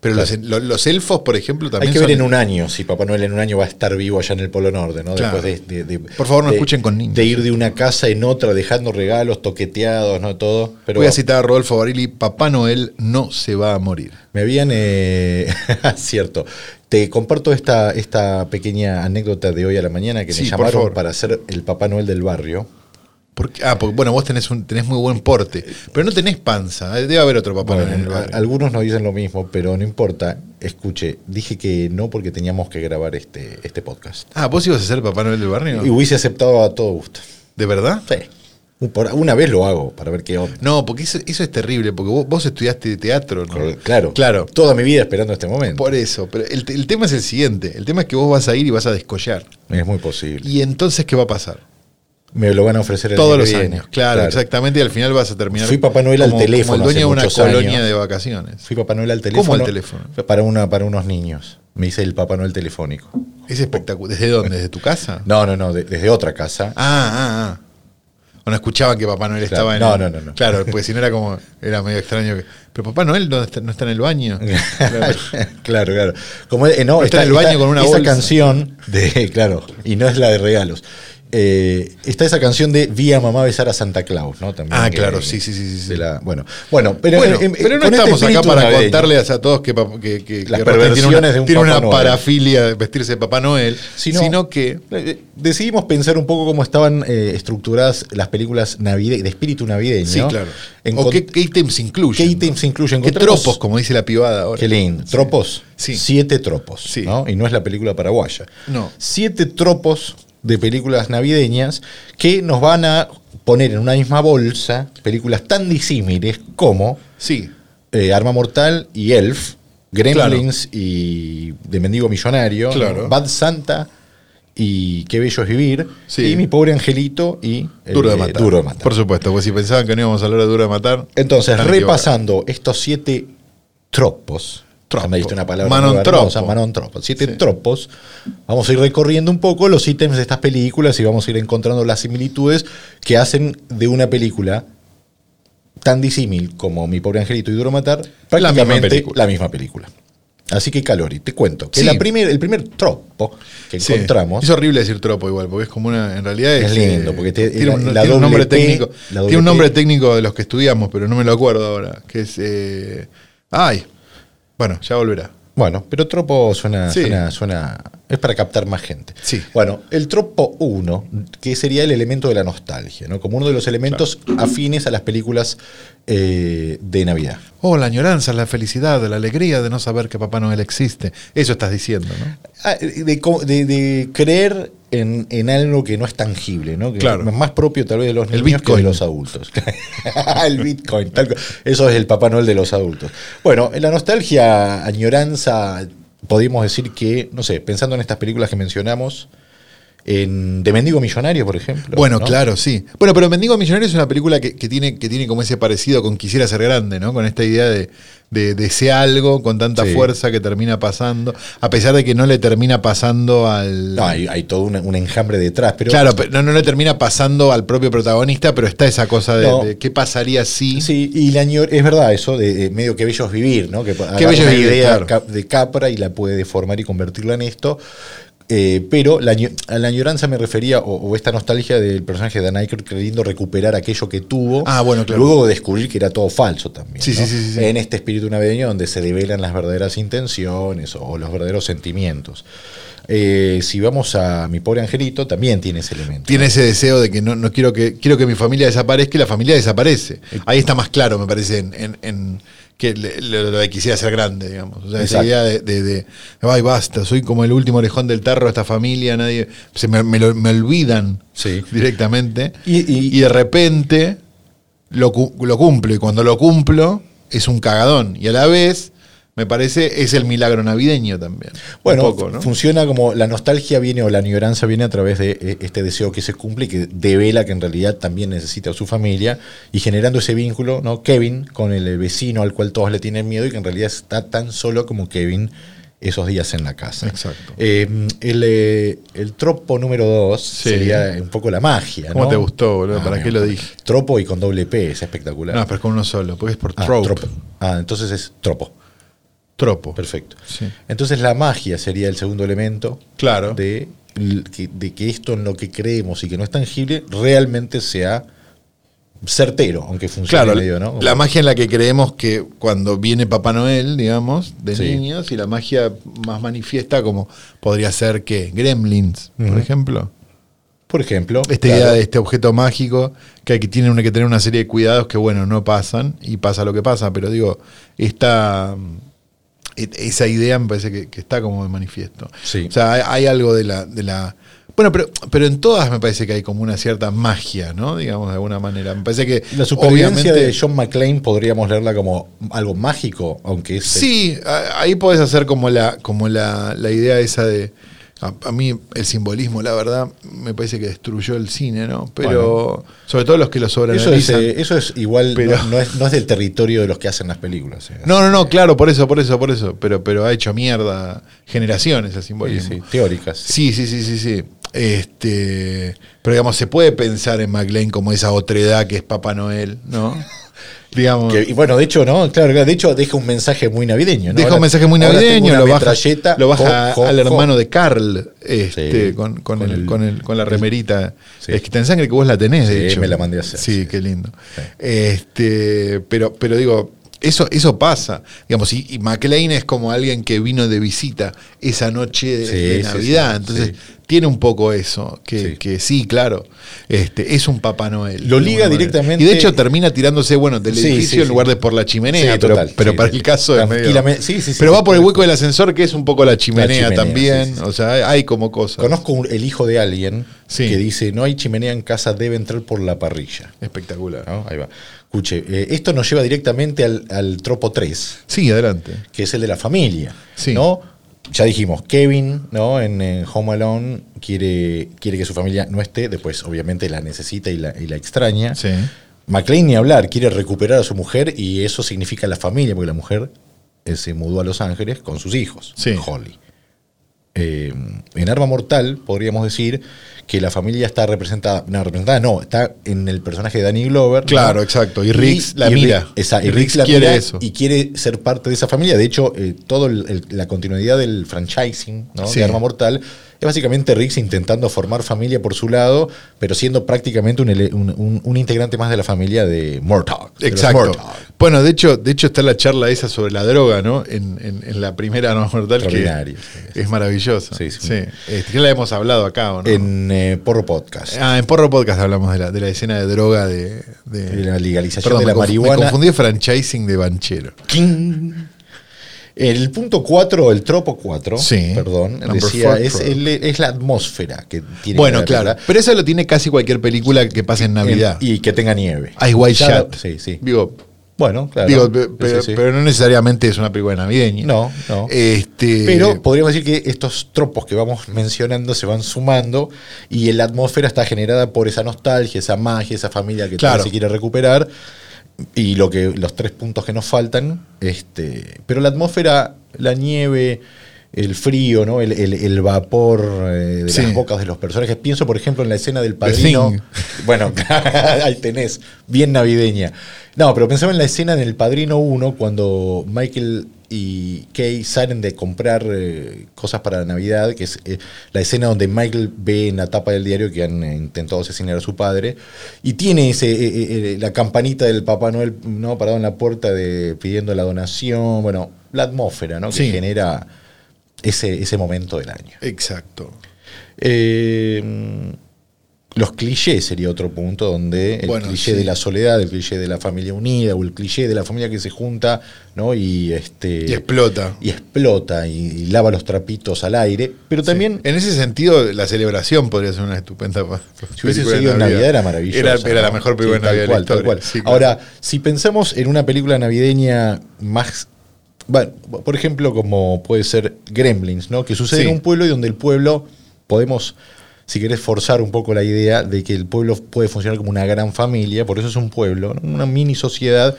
B: Pero
A: Claro.
B: los, los- los elfos, por ejemplo, también.
A: Hay que ver
B: son-
A: en un año si Papá Noel en un año va a estar vivo allá en el Polo Norte, ¿no?
B: Claro.
A: Después de, de- de-
B: Por favor, no
A: de-
B: escuchen con niños.
A: De ir de una casa en otra, dejando regalos, toqueteados, ¿no? Todo. Pero
B: Voy a citar a Rodolfo Barili: Papá Noel no se va a morir.
A: me habían. eh, cierto. Te comparto esta, esta pequeña anécdota de hoy a la mañana que
B: Sí,
A: me
B: por
A: llamaron
B: favor.
A: para ser el Papá Noel del barrio.
B: Porque, ah, porque bueno, vos tenés, un, tenés muy buen porte, pero no tenés panza. Eh, Debe haber otro papá
A: Bueno,
B: Noel en el
A: a-
B: barrio.
A: algunos nos dicen lo mismo, pero no importa. Escuche, dije que no porque teníamos que grabar este, este podcast.
B: Ah, vos ibas a ser papá Noel del barrio.
A: Y hubiese aceptado a todo gusto.
B: ¿De verdad?
A: Sí. Un- por- Una vez lo hago para ver qué onda.
B: No, porque eso, eso es terrible, porque vos, vos estudiaste teatro, ¿no?
A: Cor- Eh, Claro.
B: Claro.
A: Toda mi vida esperando este momento.
B: Por eso, pero el, te- el tema es el siguiente, el tema es que vos vas a ir y vas a descollar.
A: Es muy posible.
B: Y entonces, ¿qué va a pasar?
A: Me lo van a ofrecer el
B: Todos
A: año que
B: los
A: viene.
B: años, claro, exactamente, y al final vas a terminar.
A: Fui Papá Noel al
B: como-
A: teléfono
B: Como el dueño
A: hace
B: de una
A: muchos
B: colonia
A: años.
B: de vacaciones.
A: Fui Papá Noel al teléfono.
B: ¿Cómo al teléfono?
A: Para, una, para unos niños. Me hice el Papá Noel telefónico.
B: Es espectacular. ¿Desde dónde? ¿Desde tu casa?
A: No, no, no, de- desde otra casa.
B: Ah, ah, ah. O no escuchaban que Papá Noel
A: Claro.
B: estaba en.
A: No,
B: el-
A: no, no, no.
B: Claro, porque si no era como. Era medio extraño. que- Pero Papá Noel no está, no está en el baño. Claro.
A: claro, claro. Como eh, no,
B: Está en el baño con una
A: esa
B: bolsa.
A: canción de, claro, y no es la de regalos. Eh, está esa canción de Vi a mamá besar a Santa Claus, ¿no? También
B: Ah,
A: que-
B: claro, sí, sí, sí, sí, sí.
A: de la- bueno, bueno, pero,
B: bueno,
A: eh, eh,
B: pero no
A: con este
B: estamos acá
A: espíritu
B: para
A: navideño.
B: contarles a todos que, pap- que, que-
A: Las
B: que Rosy tiene
A: perversiones
B: una,
A: de un
B: tiene
A: Papá
B: una
A: Noel.
B: parafilia de vestirse de Papá Noel,
A: Sino-
B: sino, que
A: Eh, Decidimos pensar un poco cómo estaban eh, estructuradas las películas navide- de espíritu navideño.
B: Sí, claro.
A: En
B: o
A: con-
B: qué, qué ítems incluyen.
A: ¿Qué ítems incluyen?
B: ¿Qué
A: Encontramos-
B: tropos, como dice la pivada ahora.
A: Qué lindo. ¿Tropos?
B: Sí.
A: Siete tropos.
B: Sí.
A: ¿no? Y no es la película paraguaya.
B: No.
A: Siete tropos de películas navideñas que nos van a poner en una misma bolsa películas tan disímiles como
B: Sí.
A: eh, Arma Mortal y Elf, Gremlins y De Mendigo Millonario,
B: Claro.
A: Bad Santa y Qué Bello es Vivir,
B: Sí.
A: y Mi Pobre Angelito y eh,
B: Duro de matar.
A: Duro de Matar.
B: Por supuesto, pues si pensaban que no íbamos a hablar de Duro de matar.
A: Entonces,
B: están
A: repasando estos siete tropos.
B: Tropo.
A: Ya Me diste una palabra.
B: Manon
A: nueva,
B: tropo.
A: hermosa, Manon tropo. Siete tropos. Vamos a ir recorriendo un poco los ítems de estas películas y vamos a ir encontrando las similitudes que hacen de una película tan disímil como Mi Pobre Angelito y Duro de Matar,
B: misma
A: prácticamente
B: película.
A: la misma película. Así que, Calori, te cuento que
B: Sí.
A: la primer- el primer tropo que
B: Sí.
A: encontramos
B: Es horrible decir tropo igual, porque es como una. En realidad es.
A: Es lindo,
B: eh,
A: porque te-
B: tiene un,
A: la- la
B: tiene un
A: doble
B: nombre
A: P,
B: técnico.
A: la
B: Tiene
A: doble
B: un nombre
A: P.
B: técnico de los que estudiamos, pero no me lo acuerdo ahora. Que es. eh, ay. Bueno, ya volverá.
A: Bueno, pero tropo suena,
B: Sí.
A: suena, suena- Es para captar más gente.
B: Sí.
A: Bueno, el tropo 1, que sería el elemento de la nostalgia, ¿no? Como uno de los elementos afines a las películas eh, de Navidad.
B: Oh, la añoranza, la felicidad, la alegría de no saber que Papá Noel existe. Eso estás diciendo, ¿no?
A: Ah, de, co- de- de creer en, en algo que no es tangible, ¿no? Que
B: Claro.
A: es más propio tal vez de los
B: El
A: niños que de
B: Bitcoin.
A: los adultos. el Bitcoin, tal cual. Eso es el Papá Noel de los adultos. Bueno, en la nostalgia, añoranza, podemos decir que, no sé, pensando en estas películas que mencionamos, en De Mendigo Millonario, por ejemplo.
B: Bueno,
A: ¿no?
B: claro, sí. Bueno, pero Mendigo Millonario es una película que, que tiene, que tiene como ese parecido con Quisiera ser grande, ¿no? Con esta idea de, de, de ese algo con tanta
A: Sí.
B: fuerza que termina pasando, a pesar de que no le termina pasando al...
A: No, hay, hay todo un, un enjambre detrás, pero.
B: claro, pero no, no le termina pasando al propio protagonista, pero está esa cosa de,
A: No.
B: de qué pasaría si...
A: Sí, y la ñor- es verdad eso, de, de medio que bello es vivir, ¿no? Que agarra
B: bello es
A: una
B: vivir,
A: idea
B: claro.
A: cap- de Capra y la puede deformar y convertirla en esto. Eh, pero la, ño- a la añoranza me refería, o, o esta nostalgia del personaje de Dan Aykroyd queriendo recuperar aquello que tuvo.
B: Ah, bueno, claro.
A: Luego descubrir que era todo falso también.
B: Sí,
A: ¿no?
B: sí, sí, sí, sí.
A: En este espíritu navideño donde se develan las verdaderas intenciones o, o los verdaderos sentimientos. Eh, si vamos a Mi Pobre Angelito, también tiene ese elemento.
B: Tiene ese deseo de que no, no quiero que quiero que mi familia desaparezca y la familia desaparece. Ahí está más claro, me parece, en, en- en que le- lo, lo de quisiera ser grande, digamos. O sea, esa
A: Exacto.
B: idea de, de- de, ay, basta, soy como el último orejón del tarro de esta familia, nadie. Se me, me lo- me olvidan
A: Sí.
B: directamente.
A: Y-
B: Y,
A: y-
B: de repente lo, cu- lo cumplo. Y cuando lo cumplo, es un cagadón. Y a la vez, me parece, es el milagro navideño también. Un
A: Bueno,
B: poco, ¿no?
A: funciona como la nostalgia viene o la añoranza viene a través de eh, este deseo que se cumple y que devela que en realidad también necesita a su familia y generando ese vínculo, ¿no? Kevin con el eh, vecino al cual todos le tienen miedo y que en realidad está tan solo como Kevin esos días en la casa.
B: Exacto.
A: Eh, el, eh, el tropo número dos
B: Sí.
A: sería un poco la magia.
B: ¿Cómo
A: ¿no?
B: te gustó, boludo?
A: Ah,
B: ¿Para
A: mi
B: qué lo
A: amor.
B: dije?
A: Tropo y con doble P, es espectacular.
B: No, pero con uno solo, porque es por
A: Ah,
B: trope.
A: tropo. Ah, entonces es tropo.
B: Tropo.
A: Perfecto.
B: Sí.
A: Entonces la magia sería el segundo elemento.
B: Claro.
A: De, l- que, de que esto en lo que creemos y que no es tangible realmente sea certero, aunque funcione
B: Claro,
A: medio, ¿no?
B: la magia en la que creemos que cuando viene Papá Noel, digamos, de
A: Sí.
B: niños, y la magia más manifiesta como podría ser que Gremlins,
A: Ujú.
B: por ejemplo.
A: Por ejemplo,
B: Esta
A: claro,
B: idea de este objeto mágico que hay que, tiene una- que tener una serie de cuidados que, bueno, no pasan y pasa lo que pasa, pero digo, esta, e- esa idea me parece que, que está como de manifiesto.
A: Sí.
B: O sea, hay, hay algo de la... de la- bueno, pero, pero en todas me parece que hay como una cierta magia, ¿no? Digamos, de alguna manera. Me parece que...
A: la supervivencia
B: obviamente-
A: de John McClane podríamos leerla como algo mágico, aunque es
B: Sí, a- ahí podés hacer como la, como la, la idea esa de. A, a mí el simbolismo, la verdad, me parece que destruyó el cine, ¿no? Pero. sobre todo los que lo
A: eso es,
B: sobreanalizan.
A: eh, eso es igual,
B: Pero-
A: no, no es, no es del territorio de los que hacen las películas. eh.
B: no, no, no, claro, por eso, por eso, por eso. Pero, pero ha hecho mierda generaciones el
A: Sí,
B: simbolismo.
A: sí, eh, teóricas. sí.
B: Sí, sí, sí, sí, sí. Este, pero digamos, se puede pensar en McLean como esa otredad que es Papá Noel, ¿no? digamos.
A: Que- y bueno, de hecho, no, claro, de hecho deja un mensaje muy navideño. ¿no?
B: Deja
A: Ahora-
B: un mensaje muy
A: ahora tengo
B: navideño,
A: una
B: lo baja,
A: metralleta,
B: lo baja
A: jo, jo,
B: al
A: jo.
B: hermano de Carl este,
A: Sí,
B: con, con
A: con
B: el-
A: el-
B: con el- con la remerita
A: Sí.
B: escrita en sangre que vos la tenés, de
A: Sí,
B: hecho.
A: me la mandé a hacer,
B: Sí,
A: sí.
B: qué lindo. Este, pero, pero digo, eso, eso pasa. Digamos, y, y McLean es como alguien que vino de visita esa noche de,
A: Sí,
B: de
A: sí,
B: Navidad.
A: sí,
B: Entonces,
A: sí.
B: tiene un poco eso, que que sí,
A: Sí.
B: claro. Este, es un Papá Noel.
A: Lo
B: de
A: liga
B: alguna manera.
A: directamente-
B: Y de hecho termina tirándose, bueno, del
A: Sí,
B: edificio
A: sí,
B: en
A: sí.
B: lugar de por la chimenea,
A: Sí,
B: pero,
A: total,
B: pero
A: sí,
B: para
A: sí.
B: el caso es medio-
A: Tranquilamente, sí, sí, sí,
B: pero
A: sí,
B: va por el
A: correcto.
B: hueco del ascensor, que es un poco la chimenea,
A: chimenea,
B: también.
A: sí, sí, sí.
B: O sea, hay- hay como cosas.
A: Conozco un- el hijo de alguien
B: Sí.
A: que dice, no hay chimenea en casa, debe entrar por la parrilla.
B: Espectacular.
A: ¿no? Ahí va. Escuche, eh, esto nos lleva directamente al, al tropo 3,
B: Sí, adelante.
A: que es el de la familia.
B: Sí.
A: ¿no? Ya dijimos, Kevin ¿no? en, eh, Home Alone quiere, quiere que su familia no esté, después obviamente la necesita y la, y la extraña.
B: Sí.
A: McLean ni hablar, quiere recuperar a su mujer y eso significa la familia, porque la mujer eh, se mudó a Los Ángeles con sus hijos,
B: Sí.
A: Holly. Eh, en Arma Mortal podríamos decir que la familia está representada, no, representada no, está en el personaje de Danny Glover. ¿no?
B: Claro, exacto, y Riggs la
A: Ri-
B: mira.
A: esa- y
B: Y
A: Riggs
B: Riggs
A: la
B: quiere
A: mira
B: eso.
A: Y quiere ser parte de esa familia. De hecho, eh, todo el- el- la continuidad del franchising ¿no?
B: Sí.
A: de Arma Mortal es básicamente Riggs intentando formar familia por su lado, pero siendo prácticamente un, ele- un- un- un integrante más de la familia de Murtaugh. de los
B: Exacto.
A: Murtaugh.
B: Bueno, de hecho, de hecho está la charla esa sobre la droga, ¿no? En, en- en la primera no mortal que
A: Extraordinario, sí,
B: es maravillosa.
A: Sí, sí.
B: Este, ya la hemos hablado acá, ¿o ¿no?
A: En eh, Porro Podcast.
B: ah, en Porro Podcast hablamos de la, de la escena de droga de, de-
A: De la legalización
B: Perdón,
A: de
B: me
A: la
B: confu-
A: marihuana.
B: Me confundí de franchising de banchero.
A: ¡Quing! El punto 4, el tropo 4,
B: Sí.
A: perdón,
B: Number
A: decía,
B: four,
A: es,
B: tropo.
A: el- es la atmósfera que tiene.
B: Bueno,
A: cada
B: claro.
A: película.
B: Pero eso lo tiene casi cualquier película que pase en Navidad.
A: Y que tenga nieve.
B: Ice White
A: Ya lo-
B: Shot.
A: Sí, sí.
B: Digo,
A: Bueno, claro.
B: digo,
A: Sí,
B: pe- pero,
A: sí, sí.
B: pero no necesariamente es una película navideña.
A: No, no.
B: Este,
A: Pero Eh, podríamos decir que estos tropos que vamos mencionando se van sumando y la atmósfera está generada por esa nostalgia, esa magia, esa familia que
B: Claro.
A: tanto se quiere recuperar y lo que los tres puntos que nos faltan. Este, pero la atmósfera, la nieve, el frío, ¿no? El, el- el vapor eh, de
B: Sí.
A: las bocas de los personajes. Pienso, por ejemplo, en la escena del padrino.
B: Thing.
A: Bueno, ahí tenés, bien navideña. No, pero pensaba en la escena del Padrino 1 cuando Michael y Kay salen de comprar eh, cosas para Navidad, que es eh, la escena donde Michael ve en la tapa del diario que han eh, intentado asesinar a su padre, y tiene ese, eh, eh, eh, la campanita del Papá Noel ¿no? parado en la puerta de, pidiendo la donación, bueno, la atmósfera ¿no? que
B: Sí.
A: genera ese, ese momento del año.
B: Exacto.
A: Eh, los clichés sería otro punto donde el
B: Bueno,
A: cliché
B: sí.
A: de la soledad, el cliché de la familia unida o el cliché de la familia que se junta, ¿no? Y este
B: Y explota.
A: y explota y, y lava los trapitos al aire, pero también
B: Sí. En ese sentido, la celebración podría ser una estupenda. pa-
A: Si hubiese
B: película de
A: sido en Navidad era maravilloso.
B: Era, era la
A: ¿no?
B: mejor película
A: Sí,
B: de Navidad
A: tal cual,
B: de la historia.
A: tal cual.
B: Sí, claro.
A: Ahora, si pensamos en una película navideña más. bueno, por ejemplo, como puede ser Gremlins, ¿no? Que sucede
B: Sí.
A: en un pueblo y donde el pueblo podemos. Si querés forzar un poco la idea de que el pueblo puede funcionar como una gran familia, por eso es un pueblo, ¿no? una mini sociedad,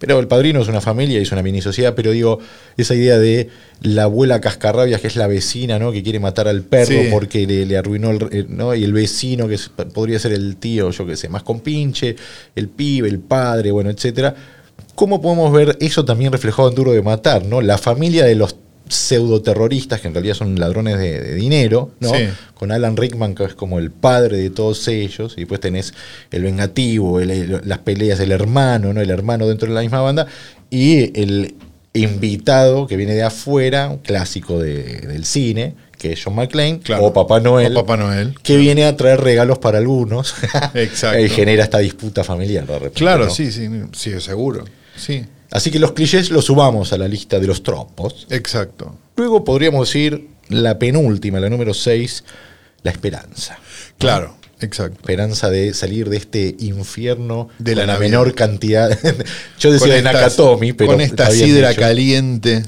A: pero el padrino es una familia y es una mini sociedad, pero digo, esa idea de la abuela cascarrabias, que es la vecina, ¿no? Que quiere matar al perro
B: Sí.
A: porque que le, le arruinó el, eh, ¿no? y el vecino que es- podría ser el tío, yo qué sé, más compinche, el pibe, el padre, bueno, etcétera. ¿Cómo podemos ver eso también reflejado en Duro de Matar, no? La familia de los pseudoterroristas, que en realidad son ladrones de, de dinero, ¿no?
B: Sí.
A: Con Alan Rickman, que es como el padre de todos ellos, y después tenés el vengativo, el- el- las peleas, el hermano, ¿no? El hermano dentro de la misma banda, y el invitado que viene de afuera, un clásico de- del cine, que es John McClane,
B: Claro.
A: o Papá Noel,
B: O Papá Noel.
A: que viene a traer regalos para algunos
B: Exacto.
A: y genera esta disputa familiar. de repente,
B: Claro,
A: ¿no?
B: sí, sí, sí, seguro. Sí,
A: Así que los clichés los sumamos a la lista de los tropos.
B: exacto.
A: Luego podríamos decir la penúltima, la número 6, la esperanza.
B: Claro, exacto.
A: Esperanza de salir de este infierno
B: De la
A: con la
B: Navidad.
A: menor cantidad. Yo decía de
B: estas-
A: Nakatomi, pero.
B: con esta
A: está bien
B: sidra
A: dicho.
B: caliente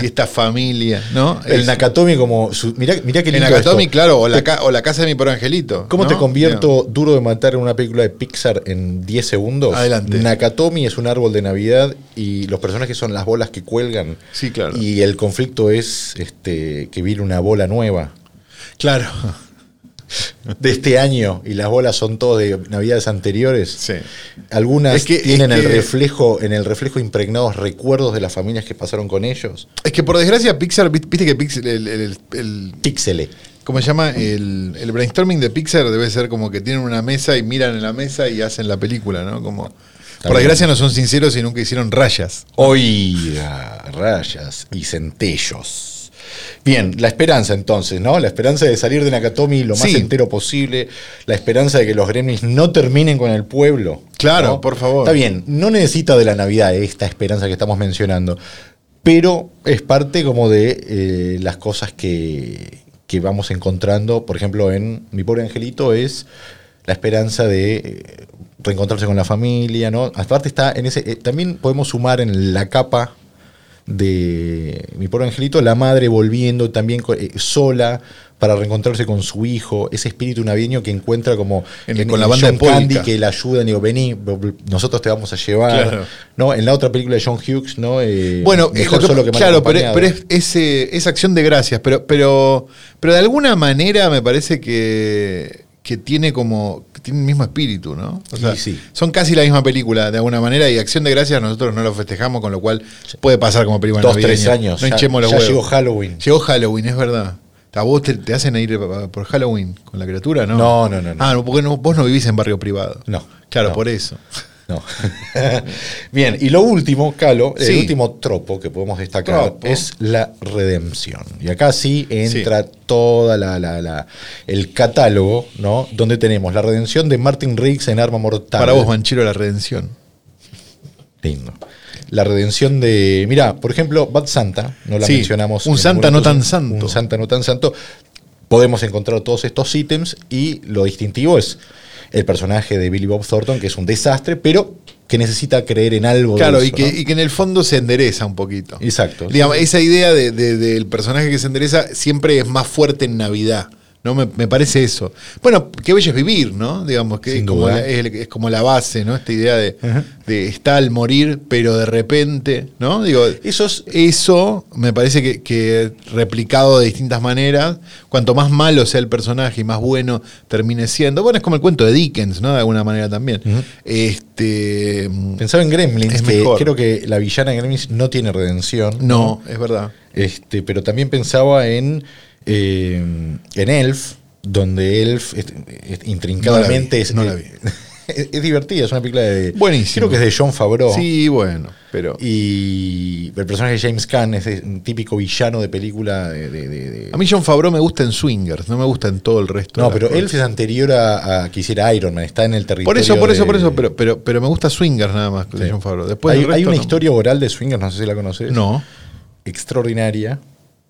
B: y esta familia, ¿no? Este,
A: El
B: Es-
A: Nakatomi, como. Su, mirá, mirá qué
B: el
A: lindo
B: Nakatomi,
A: esto.
B: claro, o la, ca- o la casa de mi por angelito.
A: ¿Cómo
B: ¿no?
A: te convierto duro de matar en una película de Pixar en 10 segundos?
B: Adelante.
A: Nakatomi es un árbol de Navidad y los personajes son las bolas que cuelgan.
B: Sí, claro.
A: Y el conflicto es este, que viene una bola nueva.
B: Claro.
A: de este año y las bolas son todas de navidades anteriores.
B: Sí.
A: Algunas
B: Es que-
A: tienen
B: es
A: el
B: que-
A: reflejo, en el reflejo impregnados recuerdos de las familias que pasaron con ellos.
B: Es que por desgracia Pixar, vi- viste que Pixar, el, el- el-
A: Píxele.
B: ¿cómo se llama? El, el brainstorming de Pixar debe ser como que tienen una mesa y miran en la mesa y hacen la película, ¿no? Como, por
A: bien.
B: desgracia no son sinceros y nunca hicieron rayas.
A: Oiga, rayas y centellos. Bien, la esperanza entonces, ¿no? La esperanza de salir de Nakatomi lo más
B: Sí.
A: entero posible, la esperanza de que los gremlins no terminen con el pueblo.
B: Claro,
A: ¿no?
B: por favor.
A: Está bien, no necesita de la Navidad esta esperanza que estamos mencionando, pero es parte como de eh, las cosas que, que vamos encontrando, por ejemplo, en Mi pobre angelito es la esperanza de eh, reencontrarse con la familia, ¿no? Aparte está en ese, eh, también podemos sumar en la capa de mi pobre angelito, la madre volviendo también co- eh, sola para reencontrarse con su hijo, ese espíritu navideño que encuentra como
B: En- con la banda
A: John Candy
B: polka.
A: que le ayudan y digo, vení, b- b- nosotros te vamos a llevar.
B: Claro.
A: ¿no? En la otra película de John Hughes, ¿no? Eh,
B: Bueno, eh,
A: mejor
B: lo que-
A: solo que mal
B: claro, pero,
A: acompañado.
B: pero es, ese- esa acción de gracias, pero, pero, pero de alguna manera me parece que, que tiene como que tiene el mismo espíritu, ¿no? O
A: Y
B: sea,
A: sí.
B: Son casi la misma película de alguna manera y acción de gracias nosotros no lo festejamos, con lo cual puede pasar como película
A: Dos,
B: navideña.
A: tres años.
B: No
A: ya-
B: hinchemos los
A: ya
B: huevos.
A: llegó Halloween.
B: Llegó Halloween, es verdad. ¿A vos te, te hacen ir eh, por Halloween con la criatura, no?
A: No, no, no, no.
B: Ah, porque no- vos no vivís en barrio privado.
A: No,
B: Claro,
A: no.
B: por eso.
A: No. Bien, y lo último, Calo,
B: Sí.
A: el último tropo que podemos destacar
B: Tropo.
A: es la redención. Y acá sí entra toda la, la- la- el catálogo, ¿no? Donde tenemos la redención de Martin Riggs en Arma Mortal.
B: Para vos, Manchero, la redención.
A: Lindo. La redención de. Mirá, por ejemplo, Bad Santa, no la
B: Sí,
A: mencionamos.
B: un
A: en
B: santa
A: ningún
B: no
A: otro-
B: tan santo.
A: Un Santa no tan santo. Podemos encontrar todos estos ítems y lo distintivo es el personaje de Billy Bob Thornton, que es un desastre, pero que necesita creer en algo. de
B: Claro,
A: eso,
B: y, que,
A: ¿no?
B: y que en el fondo se endereza un poquito.
A: Exacto.
B: Digamos, esa idea de- de- del personaje que se endereza siempre es más fuerte en Navidad. ¿no? Me, me parece eso. Bueno, qué bello es vivir, ¿no? Digamos que
A: Sin
B: es como,
A: duda.
B: la, es, es como la base, ¿no? Esta idea de, de está al morir, pero de repente, ¿no? Digo,
A: Eso es-
B: eso me parece que, que replicado de distintas maneras, cuanto más malo sea el personaje y más bueno termine siendo. Bueno, es como el cuento de Dickens, ¿no? De alguna manera también.
A: Ujú.
B: Este.
A: Pensaba en Gremlins,
B: Es
A: que
B: mejor.
A: creo que la villana de Gremlins no tiene redención.
B: No, es verdad.
A: Este, pero también pensaba en, eh, en Elf, donde Elf este, este, intrincadamente
B: No la
A: es,
B: vi, no
A: es- es divertida, es una película de.
B: Buenísimo.
A: Creo que es de John Favreau.
B: Sí, bueno, pero.
A: Y el personaje de James Caan es de- un típico villano de película de. de- de- de-
B: a mí John Favreau me gusta en Swingers, no me gusta en todo el resto.
A: no,
B: de las
A: pero
B: cosas.
A: Elf es anterior a, a que hiciera Iron Man, está en el territorio.
B: Por eso, por eso,
A: de-
B: por eso, pero, pero, pero me gusta Swingers nada más de
A: Sí.
B: John Favreau. Después
A: hay,
B: del
A: hay
B: resto
A: una
B: no.
A: historia oral de Swingers, no sé si la conoces.
B: No.
A: extraordinaria.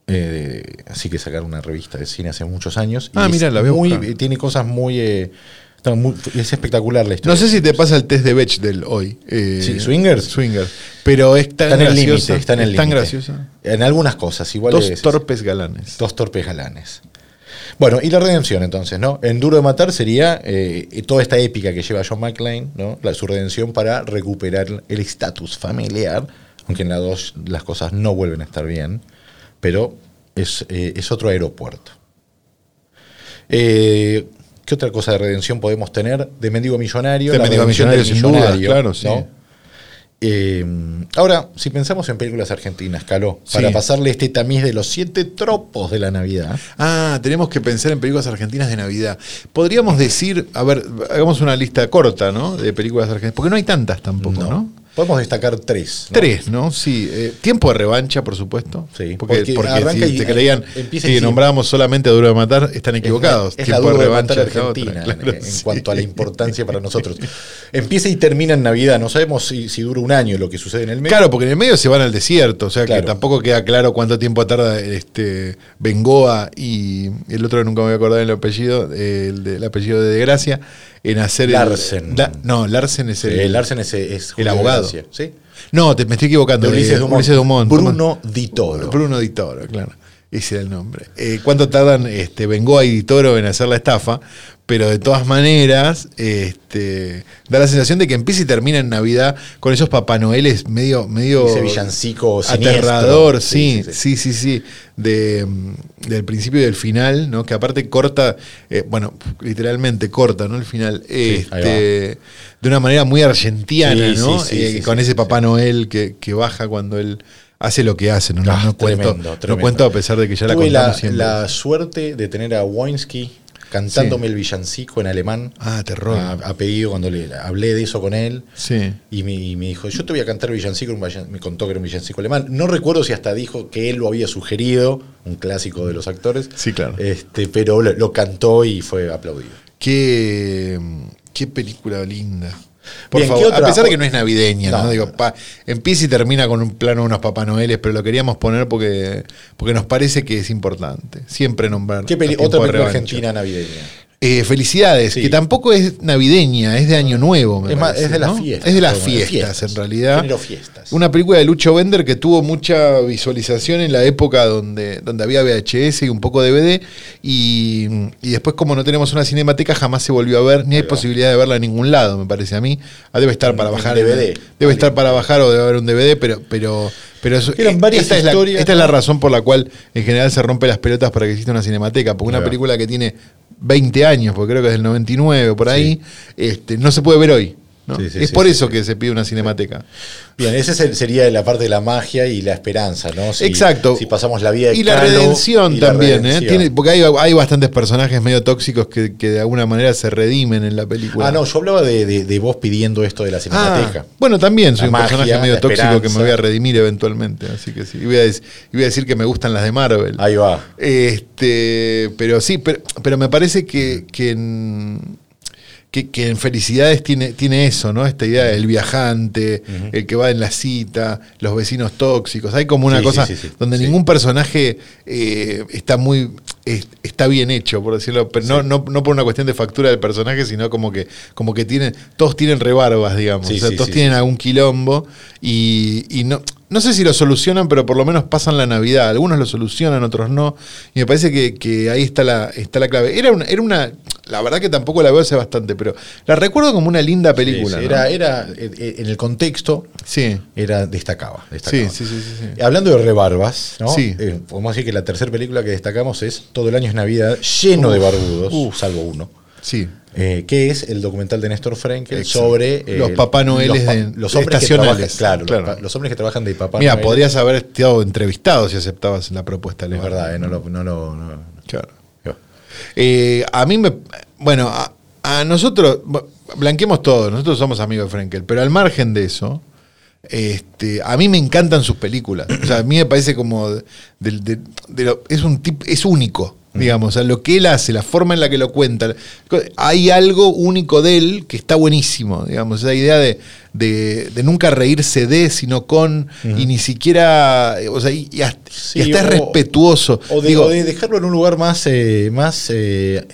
A: eh, así que sacaron una revista de cine hace muchos años.
B: Ah,
A: es
B: mirá, la voy a
A: muy-
B: buscar.
A: eh, Tiene cosas muy, eh, está muy- Es espectacular la historia.
B: No sé si te pasa el test de Bechdel hoy. eh,
A: Sí, ¿Swingers?
B: Swingers. Pero es tan
A: está en el
B: graciosa,
A: límite. Está en el
B: es tan
A: límite.
B: graciosa.
A: En algunas cosas, igual.
B: Dos
A: es-
B: torpes galanes.
A: dos torpes galanes. Bueno, y la redención entonces, ¿no? En Duro de Matar sería eh, toda esta épica que lleva John McClane, ¿no? La, su redención para recuperar el estatus familiar, aunque en la 2 las cosas no vuelven a estar bien, pero es, eh, es otro aeropuerto. Eh, ¿Qué otra cosa de redención podemos tener? De Mendigo Millonario.
B: De
A: la
B: Mendigo
A: redención
B: Millonario,
A: del
B: sin duda, claro,
A: ¿no?
B: sí.
A: Eh, ahora, si pensamos en películas argentinas, Caló,
B: Sí.
A: para pasarle este tamiz de los siete tropos de la Navidad.
B: Ah, tenemos que pensar en películas argentinas de Navidad. Podríamos decir, a ver, hagamos una lista corta, ¿no? De películas argentinas, porque no hay tantas tampoco, ¿no?
A: Podemos destacar tres. ¿no?
B: Tres, ¿no? Sí. eh, tiempo de revancha, por supuesto.
A: Sí,
B: Porque,
A: porque
B: porque
A: arranca
B: si
A: y-
B: te creían
A: empieza y
B: que
A: sigue.
B: nombrábamos solamente a Duro de Matar, están equivocados.
A: Es la, es
B: tiempo
A: la duro de matar
B: es la otra,
A: Argentina en-
B: claro,
A: en,
B: sí.
A: cuanto a la importancia para nosotros. Empieza y termina en Navidad. No sabemos si, si dura un año lo que sucede en el mes.
B: Claro, porque en el medio se van al desierto, o sea que
A: Claro.
B: tampoco queda claro cuánto tiempo tarda este Bengoa y el otro que nunca me voy a acordar el apellido, el, de- el apellido de Gracia, en hacer el-
A: Larsen.
B: La- no, Larsen es el.
A: Eh, Larsen es, es
B: el
A: Julio
B: abogado.
A: Gracia, ¿sí?
B: No, te- me estoy equivocando.
A: De Ulises
B: eh,
A: Dumont.
B: Dumont.
A: Bruno
B: Tomás.
A: Di Toro.
B: Bruno Di Toro, claro. Ese era el nombre. Eh, ¿Cuánto tardan este, Bengoa y Toro en hacer la estafa? Pero de todas maneras, este, da la sensación de que empieza y termina en Navidad con esos Papá Noeles medio, medio
A: Ese villancico siniestro.
B: aterrador, sí, sí, sí, sí, de, mm, del principio y del final, ¿no? Que aparte corta, eh, bueno, literalmente corta, ¿no? El final,
A: ahí
B: este, de una manera muy argentina,
A: Sí,
B: ¿no?
A: sí, sí,
B: Eh,
A: sí,
B: con
A: sí,
B: ese
A: sí,
B: Papá Noel que, que baja cuando él hace lo que hace, ¿no? No,
A: Ah,
B: no cuento,
A: tremendo,
B: no
A: tremendo.
B: cuento a pesar de que ya la
A: Tuve
B: contamos
A: la,
B: siempre.
A: la suerte de tener a Wojnski cantándome el villancico en alemán.
B: Ah, terror.
A: a, a pedido cuando le hablé de eso con él.
B: sí.
A: Y me, y me dijo, yo te voy a cantar villancico, un villan- me contó que era un villancico alemán. No recuerdo si hasta dijo que él lo había sugerido, un clásico de los actores.
B: Sí, claro.
A: Este, pero lo, lo cantó y fue aplaudido.
B: Qué, qué película linda. Por
A: Bien, ¿qué
B: favor,
A: otra?
B: a pesar de que no es navideña, ¿no?
A: No.
B: Digo, pa- empieza y termina con un plano de unos Papá Noeles, pero lo queríamos poner porque, porque nos parece que es importante. Siempre nombrar.
A: ¿Qué peli-
B: a tiempo
A: otra
B: de
A: película
B: revancha.
A: argentina navideña?
B: Eh, felicidades,
A: Sí.
B: que tampoco es navideña, es de Año Nuevo. me
A: Es, más,
B: parece,
A: es de las
B: ¿no?
A: fiestas.
B: Es de las
A: Bueno,
B: fiestas, en realidad.
A: Género fiestas.
B: Una película de Lucho Bender que tuvo mucha visualización en la época donde, donde había VHS y un poco DVD. Y, y después, como no tenemos una cinemateca, jamás se volvió a ver, ni hay posibilidad de verla en ningún lado, me parece a mí. Ah, debe estar para
A: Un
B: bajar.
A: DVD.
B: Debe estar para bajar o debe haber un DVD, pero. pero pero eso-
A: Eran
B: eh,
A: varias
B: esta es la-
A: historias.
B: esta es la razón por la cual en general se rompe las pelotas para que exista una cinemateca, porque una
A: Ahí va.
B: película que tiene 20 años, porque creo que es del 99 o por ahí, este, no se puede ver hoy. ¿no?
A: Sí, sí,
B: es
A: sí,
B: por
A: sí,
B: eso
A: sí.
B: que se pide una cinemateca.
A: Bien, esa es el- sería la parte de la magia y la esperanza, ¿no? Si-
B: Exacto.
A: Si pasamos la vida de
B: Y la
A: Calo
B: redención
A: y la
B: también, ¿eh?
A: redención.
B: Tiene- porque hay, hay bastantes personajes medio tóxicos que, que de alguna manera se redimen en la película.
A: Ah, no, yo hablaba de, de- de vos pidiendo esto de la
B: Ah,
A: cinemateca.
B: bueno, también soy
A: La
B: un
A: magia,
B: personaje medio
A: la
B: tóxico que me
A: esperanza.
B: voy a redimir eventualmente, así que sí. Y voy a, dec- y voy a decir que me gustan las de Marvel.
A: Ahí va.
B: Este, pero sí, pero, pero me parece que, que en, que- que en Felicidades tiene, tiene eso, ¿no? Esta idea del viajante, el que va en la cita, los vecinos tóxicos. Hay como una
A: Sí,
B: cosa
A: sí, sí, sí.
B: donde
A: Sí.
B: ningún personaje eh, está muy. es- está bien hecho, por decirlo, pero no, no, no por una cuestión de factura del personaje, sino como que, como que tienen. Todos tienen rebarbas, digamos.
A: Sí,
B: o sea,
A: sí,
B: todos
A: sí,
B: tienen algún quilombo y, y no, no sé si lo solucionan, pero por lo menos pasan la Navidad. Algunos lo solucionan, otros no. Y me parece que, que ahí está la, está la clave. Era una, era una. La verdad que tampoco la veo hace bastante, pero la recuerdo como una linda película.
A: Sí, sí,
B: ¿no?
A: Era, era, eh, eh, en el contexto,
B: sí.
A: era, destacaba.
B: Sí,
A: destacaba.
B: sí, sí, sí, sí.
A: Hablando de rebarbas, ¿no?
B: Sí.
A: Eh, podemos decir que la tercera película que destacamos es Todo el año es Navidad, lleno de
B: Uf,
A: barbudos,
B: uf.
A: salvo uno.
B: Sí.
A: eh, que es el documental de Néstor Frankel
B: Exacto.
A: sobre eh,
B: Los Papá Noeles
A: pa-
B: de-
A: los hombres que trabajan-
B: estacionales.
A: claro, los
B: Claro.
A: pa- los hombres que trabajan de Papá
B: Mira,
A: Noel.
B: podrías haber estado entrevistado si aceptabas la propuesta.
A: Es
B: Leonardo.
A: verdad, eh, no lo. No lo- no-
B: Claro.
A: no.
B: Eh, a mí me. Bueno, a, a nosotros. bu- Blanqueemos todo, nosotros somos amigos de Frankel, pero al margen de eso. Este, a mí me encantan sus películas. O sea, a mí me parece como. de- de- de lo- es un tip, es único, digamos. O sea, lo que él hace, la forma en la que lo cuenta. Hay algo único de él que está buenísimo, digamos. Esa idea de, de- de nunca reírse de, sino con. Y ni siquiera. O sea, y, y hasta, y
A: Sí,
B: hasta es
A: o-
B: respetuoso.
A: O de,
B: Digo,
A: o de dejarlo en un lugar más, eh, más eh,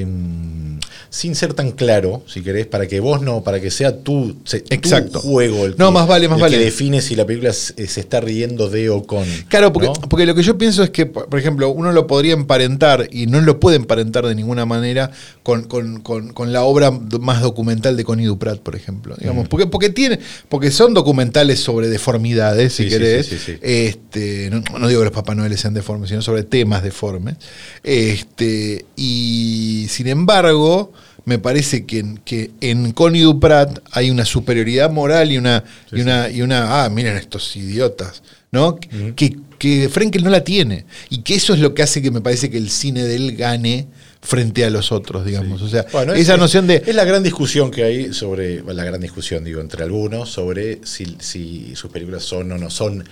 A: em, sin ser tan claro, si querés, para que vos no, para que sea tu, se- tu
B: Exacto.
A: juego el,
B: No,
A: que,
B: más vale, más
A: el
B: vale.
A: que define si la película se, eh, se está riendo de o con.
B: Claro, porque,
A: ¿no?
B: porque lo que yo pienso es que, por por ejemplo, uno lo podría emparentar y no lo puede emparentar de ninguna manera con, con- con- con la obra do- más documental de Connie Duprat, por ejemplo.
A: Mm.
B: Digamos, porque, porque, tiene, porque son documentales sobre deformidades, si
A: Sí, sí,
B: querés.
A: sí, sí, sí.
B: Este, no, no digo que los Papá Noel sean deformes, sino sobre temas deformes. Este, y sin embargo, me parece que, en- que en Connie Duprat hay una superioridad moral y una, y una, y una ah, miren estos idiotas, ¿no? Que, que Frankel no la tiene. Y que eso es lo que hace que me parece que el cine de él gane frente a los otros, digamos. O sea,
A: Bueno, es-
B: esa
A: es-
B: noción de
A: Es la gran discusión que hay sobre. bueno, La gran discusión, digo, entre algunos, sobre si, si sus películas son o no son.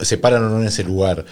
A: Se paran o no en ese lugar.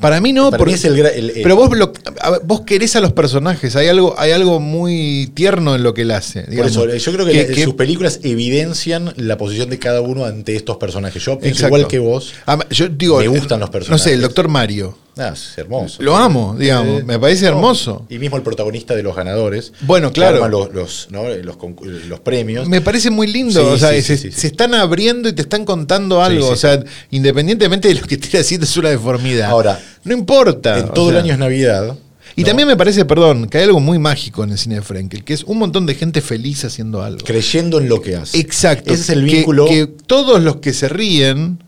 B: Para mí no,
A: Para
B: porque-
A: mí es el gra- el- eh, el-
B: pero vos, lo- a ver, vos querés a los personajes, hay algo, hay algo muy tierno en lo que él hace.
A: Por
B: digamos.
A: eso, yo creo que, la-
B: que-
A: sus películas evidencian la posición de cada uno ante estos personajes. Yo pienso
B: Exacto.
A: igual que vos.
B: Ah, yo digo,
A: Me gustan los
B: No sé, el
A: personajes.
B: doctor Mario.
A: Ah, es hermoso.
B: Lo amo, digamos,
A: Eh,
B: me parece
A: no.
B: hermoso.
A: Y mismo el protagonista de los ganadores.
B: Bueno,
A: que
B: claro.
A: arma los, los, ¿no? los, concu- los premios.
B: Me parece muy lindo,
A: Sí,
B: o sea,
A: sí,
B: se,
A: sí, sí, sí.
B: se están abriendo y te están contando algo,
A: sí,
B: o sea, independientemente de lo que esté haciendo es una deformidad.
A: Ahora,
B: no importa.
A: en
B: o
A: todo el
B: sea.
A: año es Navidad.
B: Y
A: ¿no?
B: también me parece, perdón, que hay algo muy mágico en el cine de Frankel, que es un montón de gente feliz haciendo algo.
A: Creyendo en lo que hace.
B: Exacto.
A: Ese es el
B: Que-
A: vínculo.
B: Que, todos los que se ríen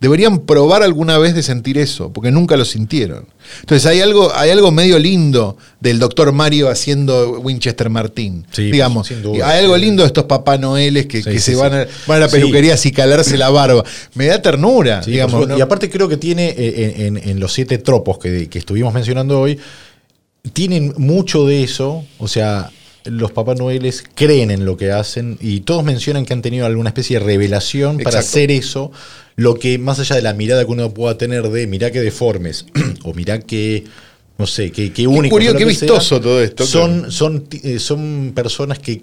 B: deberían probar alguna vez de sentir eso, porque nunca lo sintieron. Entonces hay algo, hay algo medio lindo del doctor Mario haciendo Winchester Martín.
A: Sí, pues,
B: digamos.
A: sin duda.
B: Hay algo lindo de estos Papá Noeles que,
A: Sí,
B: que
A: sí,
B: se
A: sí.
B: van, a, van a la
A: Sí.
B: peluquería a calarse la barba. Me da ternura,
A: Sí, por
B: digamos.
A: supuesto.
B: ¿no?
A: Y aparte creo que tiene eh, en, en- en los siete tropos que, que estuvimos mencionando hoy, tienen mucho de eso, o sea, los Papá Noeles creen en lo que hacen y todos mencionan que han tenido alguna especie de revelación para
B: Exacto.
A: hacer eso, lo que más allá de la mirada que uno pueda tener de mirá qué deformes o mirá qué... No sé, qué, qué único.
B: curioso,
A: lo
B: qué
A: que
B: vistoso todo esto,
A: Son,
B: claro.
A: son, ti- eh, son personas que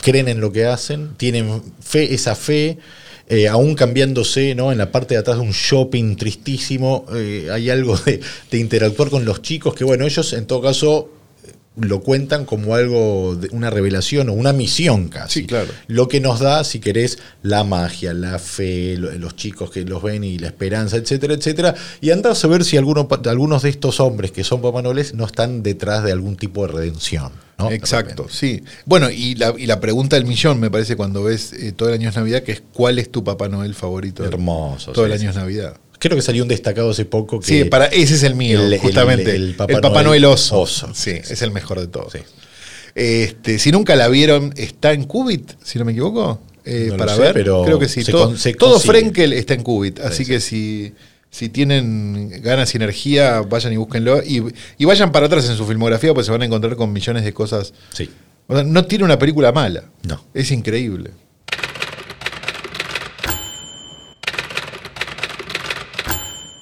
A: creen en lo que hacen, tienen fe, esa fe, eh, aún cambiándose, ¿no? En la parte de atrás de un shopping tristísimo, eh, hay algo de, de interactuar con los chicos, que bueno, ellos en todo caso eh, lo cuentan como algo, de, una revelación o una misión casi.
B: Sí, claro.
A: Lo que nos da, si querés, la magia, la fe, lo- los chicos que los ven y la esperanza, etcétera, etcétera. Y andar a ver si alguno, pa- algunos de estos hombres que son papanoles no están detrás de algún tipo de redención. ¿no?
B: Exacto, sí. Bueno, y la, y la pregunta del millón, me parece, cuando ves eh, todo el año es Navidad, que es ¿cuál es tu Papá Noel favorito? de-
A: Hermoso.
B: Todo
A: sí,
B: el
A: sí.
B: año es Navidad.
A: Creo que salió un destacado hace poco que
B: Sí, para, ese es el mío,
A: El- el-
B: justamente.
A: el
B: El,
A: Papá
B: Papá,
A: Noel
B: Noel, oso.
A: oso.
B: Sí, es el mejor de todos.
A: Sí.
B: Este, si nunca la vieron, está en Qubit, si no me equivoco, eh,
A: No lo
B: para
A: sé,
B: ver.
A: pero
B: Creo que sí.
A: se
B: Todo,
A: con- se
B: todo
A: consigue.
B: Frenkel está en Qubit, así que si, si tienen ganas y energía, vayan y búsquenlo. Y, y vayan para atrás en su filmografía, pues se van a encontrar con millones de cosas.
A: sí.
B: O sea, no tiene una película mala.
A: No.
B: Es increíble.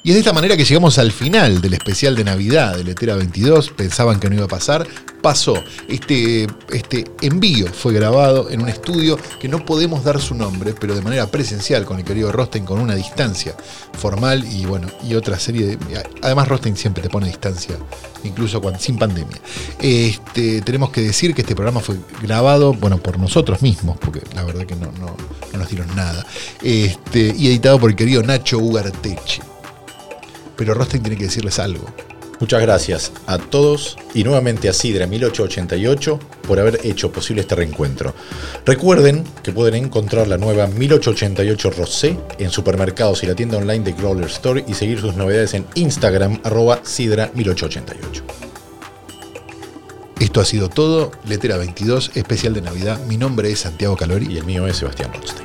B: Y es de esta manera que llegamos al final del especial de Navidad E de Letera 22. Pensaban que no iba a pasar. Pasó. Este, este envío fue grabado en un estudio que no podemos dar su nombre, pero de manera presencial con el querido Rosten, con una distancia formal y bueno, y otra serie de. Además, Rosten siempre te pone distancia, incluso cuando, sin pandemia. Este, tenemos que decir que este programa fue grabado, bueno, por nosotros mismos, porque la verdad que no, no- no nos dieron nada. Este, y editado por el querido Nacho Ugarteche pero Rostein tiene que decirles algo.
A: Muchas gracias a todos y nuevamente a Sidra 1888 por haber hecho posible este reencuentro. Recuerden que pueden encontrar la nueva 1888 Rosé en supermercados y la tienda online de Growler Store y seguir sus novedades en Instagram arroba Sidra 1888.
B: Esto ha sido todo, Letera 22, especial de Navidad. Mi nombre es Santiago Calori.
A: Y el mío es Sebastián Rothstein.